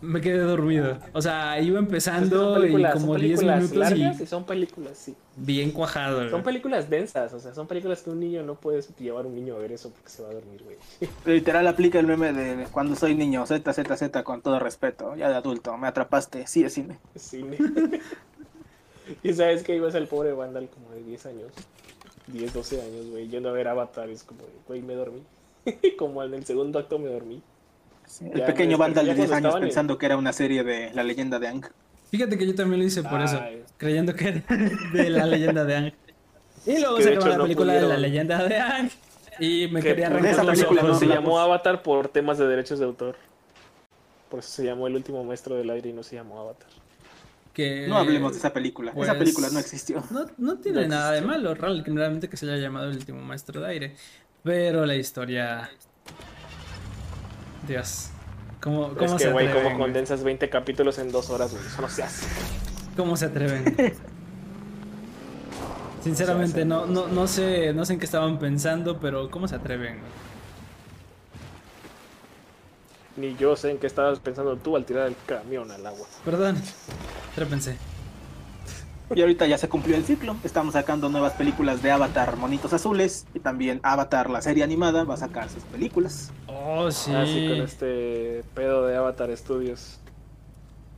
Me quedé dormido. O sea, iba Pues Son empezando y películas- como son 10 películas minutos largas y... y son películas, sí. bien cuajado. güey. Son películas densas, o sea, son películas que un niño no puedes llevar a un niño a ver eso porque se va a dormir, güey. Literal aplica el meme de cuando soy niño, Z, Z, Z, con todo respeto, ya de adulto, me atrapaste, sí es cine. Cine. y sabes que ibas al pobre Vandal como de 10 años, 10, 12 años, güey, yendo a ver Avatar, es como, de, güey, me dormí. como en el segundo acto me dormí. El Ya, me pequeño vandal de desperté cuando 10 años estaban en- pensando que era una serie de La leyenda de Ang. Fíjate que yo también lo hice por eso, Ay. creyendo que era de la leyenda de Ang. Y luego Que se de acabó hecho la no película de la pudieron. leyenda de Ang. Y me Que quería por arrancar esa los película ojos. se no llamó Avatar por temas de derechos de autor. Por eso se llamó El último maestro del aire y no se llamó Avatar. Que No hablemos de esa película, Eh, pues- esa película no existió. No, no tiene No nada de existió. malo, real- realmente que se haya llamado el último maestro de aire. Pero la historia. Dios. ¿Cómo, Es cómo que, se güey, atreven? como güey? condensas 20 capítulos en dos horas, güey. Eso no se hace. ¿Cómo se atreven? Sinceramente, no, no, no sé, no sé en qué estaban pensando, pero ¿cómo se atreven? güey? Ni yo sé en qué estabas pensando tú al tirar el camión al agua. Perdón, trépense. Y ahorita ya se cumplió el ciclo. Estamos sacando nuevas películas de Avatar Monitos Azules. Y también Avatar, la serie animada, va a sacar sus películas. Oh, sí. Ah, sí, con este pedo de Avatar Studios.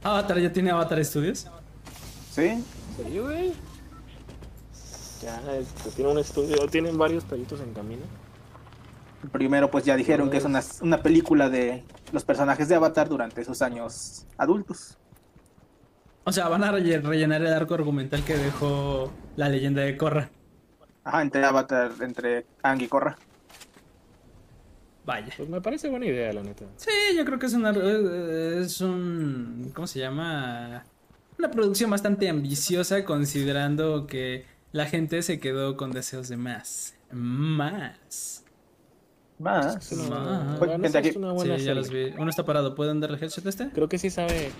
Avatar ya tiene Avatar Studios. ¿Sí? Sí, güey. Ya, este, tiene un estudio, tienen varios proyectos en camino. Primero, pues ya dijeron que es una, una película de los personajes de Avatar durante sus años adultos. O sea, van a relle- rellenar el arco argumental que dejó la leyenda de Korra. Ajá, entre Avatar, entre Ang y Korra. Vaya. Pues me parece buena idea, la neta. Sí, yo creo que es una eh, es un ¿cómo se llama? Una producción bastante ambiciosa considerando que la gente se quedó con deseos de más, más. Más. Ah. Oye, no sé, gente, es una Sí, buena ya los serie. vi. Uno está parado, ¿pueden darle headshot a este? Creo que sí sabe.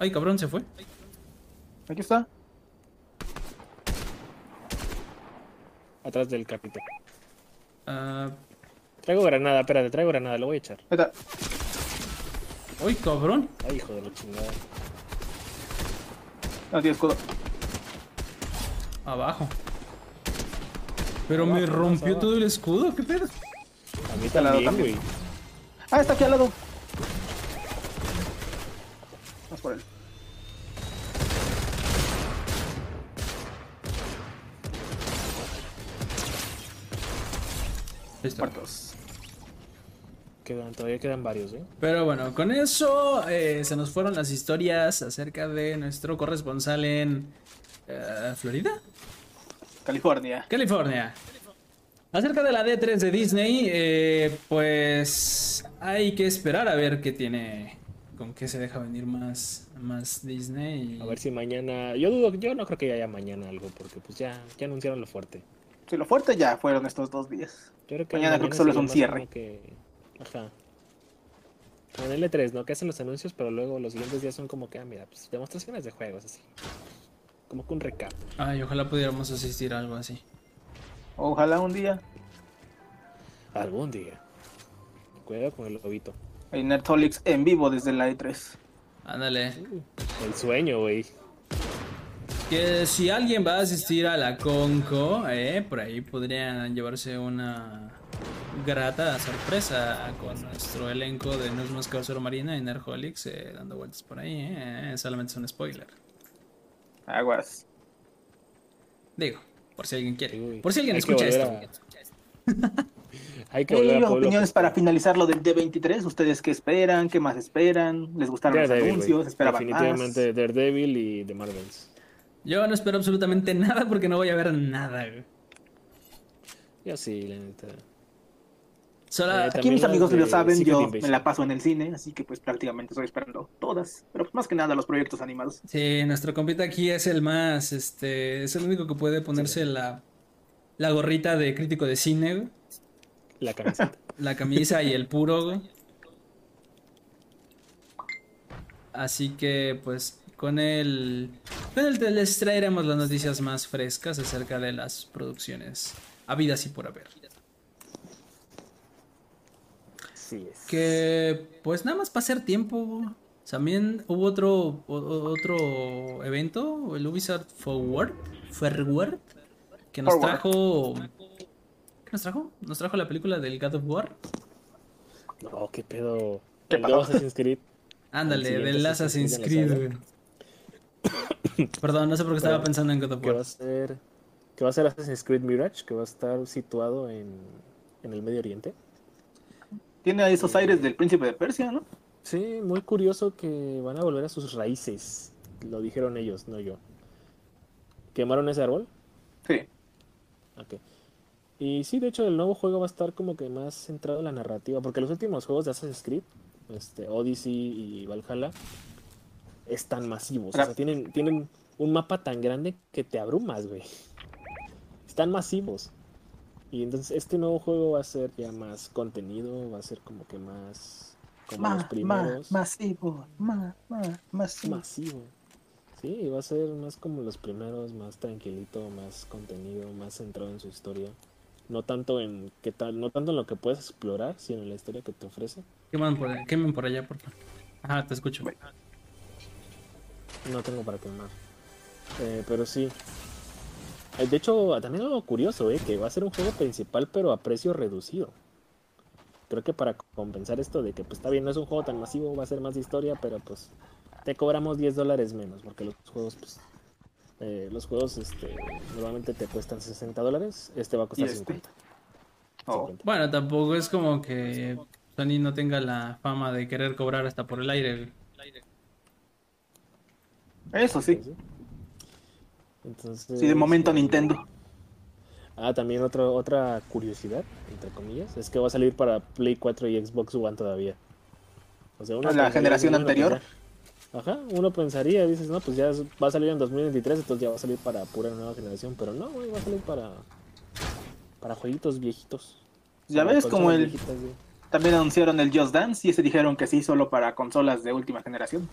Ay, cabrón, se fue. Aquí está. Atrás del capitán. Ah, Traigo granada, espérate, traigo granada, lo voy a echar. Ahí está. ay, cabrón. Ay, hijo de la chingada. No Ah, tiene escudo. Abajo. Pero me rompió todo el escudo, qué pedo. A mí Este lado también, güey. también. Ah, está aquí al lado. Vamos por él. Listo. Muertos. Quedan, todavía quedan varios, ¿eh? Pero bueno, con eso eh, se nos fueron las historias acerca de nuestro corresponsal en eh, Florida. California. California. Acerca de la D3 de Disney, eh, pues hay que esperar a ver qué tiene, con qué se deja venir más, más Disney. y- A ver si mañana. Yo dudo, yo no creo que ya haya mañana algo, porque pues ya, ya anunciaron lo fuerte. Si lo fuerte ya fueron estos dos días. Yo creo que Mañana creo que solo es sería un más cierre. como que- Ajá. En L3, ¿no? Que hacen los anuncios, pero luego los siguientes días son como que, ah, mira, pues demostraciones de juegos, así. Como que un recap. Ay, ojalá pudiéramos asistir a algo así. Ojalá un día. Algún día. Cuidado con el lobito. En Netflix en vivo desde la E E3. Ándale. El sueño, güey. Que si alguien va a asistir a la Conco, eh, por ahí podrían llevarse una grata sorpresa con nuestro elenco de No es más que basura marina y Nerholix eh, dando vueltas por ahí, eh, solamente es un spoiler. Aguas. Digo, por si alguien quiere, Uy, por si alguien hay que escucha esto. volver Hay que ¿Qué volver a pues. Pueblo. opiniones para finalizar lo del D23? ¿Ustedes qué esperan? ¿Qué más esperan? ¿Les gustaron los Daredevil, güey. anuncios? ¿Esperaban más? Definitivamente Daredevil y The Marvels. Yo no espero absolutamente nada porque no voy a ver nada. güey. Yo sí, la neta. Solo, Eh, Aquí mis También amigos las lo de saben, Secret yo me Invasion. la paso en el cine, así que pues prácticamente estoy esperando todas, pero pues más que nada los proyectos animados. sí, nuestro compita aquí es el más, este, es el único que puede ponerse la, la gorrita de crítico de cine, güey, La camiseta. la camisa y el puro. güey. Así que, pues, con el, con el les traeremos las noticias más frescas acerca de las producciones habidas y por haber. sí es. Que, pues, nada más para hacer tiempo. También hubo otro, o- o- otro evento, el Ubisoft Forward, Forward, que nos Forward. trajo, ¿qué nos trajo? Nos trajo la película del God of War. No, qué pedo. ¿Qué el pasó? nuevo Assassin's Creed. Ándale, siguiente del Assassin's Assassin's Creed, Creed de la güey. Perdón, no sé por qué estaba Pero- pensando en God of Que va a War. ser. Que va a ser Assassin's Creed Mirage, que va a estar situado en, en el Medio Oriente. Tiene esos aires del príncipe de Persia, ¿no? Sí, muy curioso que van a volver a sus raíces. Lo dijeron ellos, no yo. ¿Quemaron ese árbol? Sí. Ok. Y sí, de hecho, el nuevo juego va a estar como que más centrado en la narrativa, porque los últimos juegos de Assassin's Creed, este, Odyssey y Valhalla, están masivos. O sea, tienen, tienen un mapa tan grande que te abrumas, güey. Están masivos. Y entonces este nuevo juego va a ser ya más contenido, va a ser como que más... Como los Más, primeros. masivo, más, más, masivo. Masivo. Sí, va a ser más como los primeros, más tranquilito, más contenido, más centrado en su historia. No tanto en qué tal, no tanto en lo que puedes explorar, sino en la historia que te ofrece. Queman por, quemen por allá, por favor. Ajá, te escucho. No tengo para quemar. Eh, pero sí. Eh, De hecho, también algo curioso, eh, que va a ser un juego principal, pero a precio reducido. Creo que para compensar esto de que, pues está bien, no es un juego tan masivo, va a ser más de historia, pero pues te cobramos 10 dólares menos, porque los juegos, pues, eh, los juegos este, normalmente te cuestan 60 dólares, este va a costar ¿Y este? 50. Oh. 50. Bueno, tampoco es como que Sony no tenga la fama de querer cobrar hasta por el aire. güey. Eso sí. Entonces, Sí, de momento eh, Nintendo. Ah, también otra otra curiosidad, entre comillas, es que va a salir para Play 4 y Xbox One todavía. O sea, uno ¿La pensaría- generación uno anterior? pensaría- Ajá, uno pensaría, dices, no, pues ya es- va a salir en 2023, entonces ya va a salir para pura nueva generación, pero no, güey, va a salir para para jueguitos viejitos. Ya para ves como consolas el, viejitas, güey. también anunciaron el Just Dance y ese dijeron que sí solo para consolas de última generación.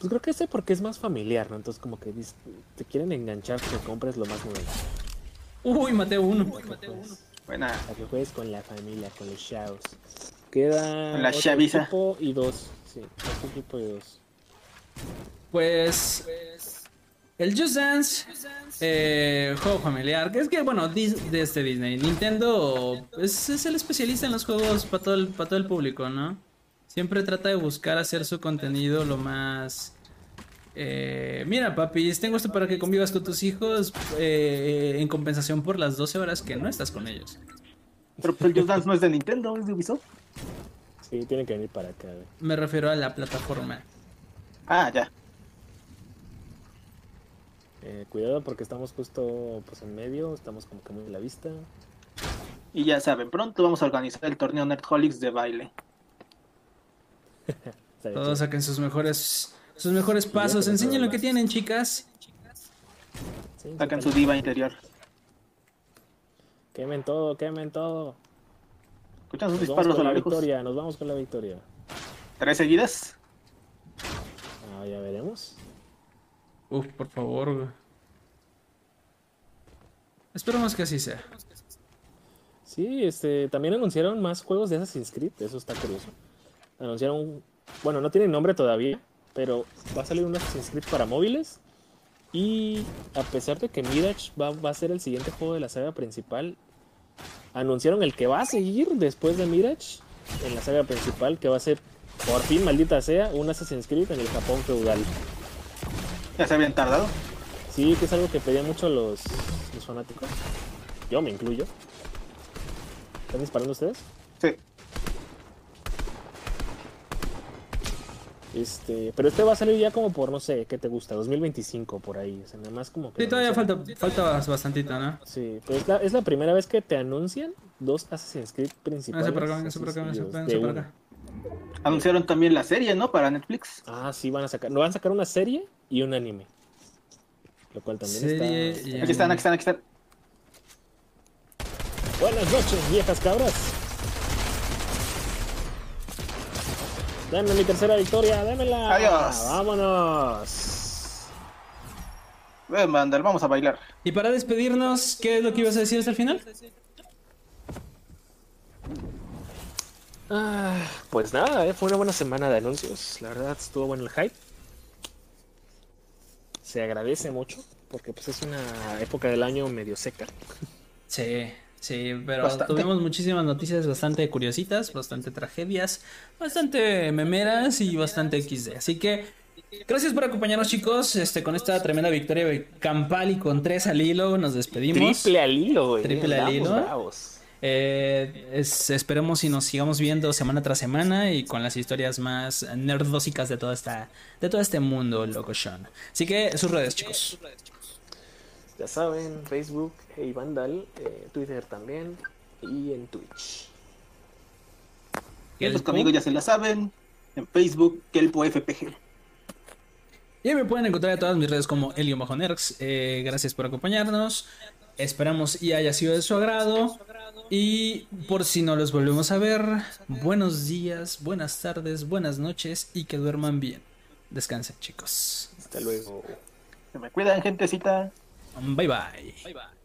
Pues creo que ese porque es más familiar, ¿no? Entonces como que dices, te quieren enganchar que compres lo más nuevo. Uy, maté uno. Pues, Buena. Para que juegues con la familia, con los chavos. Queda Con la otro chaviza. equipo y dos. Sí, otro equipo y dos. Pues el Just Dance, eh, juego familiar, que es que bueno, Dis- de este Disney, Nintendo es, es el especialista en los juegos para todo, el- pa' todo el público, ¿no? Siempre trata de buscar hacer su contenido lo más... eh, mira, papis, tengo esto para que convivas con tus hijos eh, en compensación por las 12 horas que no estás con ellos. Pero pues el Just Dance no es de Nintendo, es de Ubisoft. Sí, tienen que venir para acá, güey. Me refiero a la plataforma. Ah, ya. Eh, cuidado porque estamos justo pues en medio, estamos como que muy a la vista. Y ya saben, pronto vamos a organizar el torneo Nerdholics de baile. Está bien, Todos chido. saquen sus mejores, sus mejores pasos, enseñen lo que tienen, chicas. Sí, Sacan su sácalo. diva interior. Quemen todo, quemen todo. Escuchan Nos sus Pues vamos disparos a con la la lejos. victoria, nos vamos con la victoria. Tres seguidas. Ah, ya veremos. Uf, por favor, güey. Esperemos que así sea. Sí, este, también anunciaron más juegos de Assassin's Creed, eso está curioso. Anunciaron, bueno, no tiene nombre todavía, pero va a salir un Assassin's Creed para móviles. Y a pesar de que Mirage va, va a ser el siguiente juego de la saga principal, anunciaron el que va a seguir después de Mirage en la saga principal, que va a ser, por fin, maldita sea, un Assassin's Creed en el Japón feudal. Ya se habían tardado. Sí, que es algo que pedían mucho los, los fanáticos. Yo me incluyo. ¿Están disparando ustedes? Sí. Este, pero este va a salir ya como por, no sé, ¿qué te gusta? 2025 por ahí. O sea, nada más como que... Sí, todavía anuncian. falta, falta bastantito, ¿no? Sí, pero es la, es la primera vez que te anuncian dos Assassin's Creed Vénganse principales. para acá, vénganse para acá, así, vénganse de vénganse para una. acá. Anunciaron también la serie, ¿no? Para Netflix. Ah, sí, van a sacar, no, van a sacar una serie y un anime. Lo cual también Serie está... y Aquí están, aquí están, aquí están. Buenas noches, viejas cabras. Dame mi tercera victoria, dámela. Adiós. Vámonos. Ven, Vandal, vamos a bailar. Y para despedirnos, ¿qué es lo que ibas a decir hasta el final? Ah, pues nada, eh, fue una buena semana de anuncios. La verdad estuvo bueno el hype. Se agradece mucho porque pues es una época del año medio seca. Sí, sí, pero Bastante. tuvimos muchísimas noticias bastante curiositas, bastante tragedias, bastante memeras y bastante XD. Así que gracias por acompañarnos, chicos. Este, con esta tremenda victoria campal y con tres al hilo, nos despedimos. Triple al hilo, güey. Triple al Andamos hilo. bravos. Eh, es- esperemos y nos sigamos viendo semana tras semana y con las historias más nerdósicas de toda esta, de todo este mundo, loco Sean. Así que sus redes, chicos. Ya saben, Facebook, Hey Vandal, eh, Twitter también y en Twitch. Pues conmigo ya se la saben. En Facebook, Kelpo FPG. Y me pueden encontrar en todas mis redes como Elio Nerx. Eh, gracias por acompañarnos. Esperamos y haya sido de su agrado. Y por si no los volvemos a ver, buenos días, buenas tardes, buenas noches y que duerman bien. Descansen, chicos. Hasta luego. Se me cuidan, gentecita. Bye bye. Bye bye.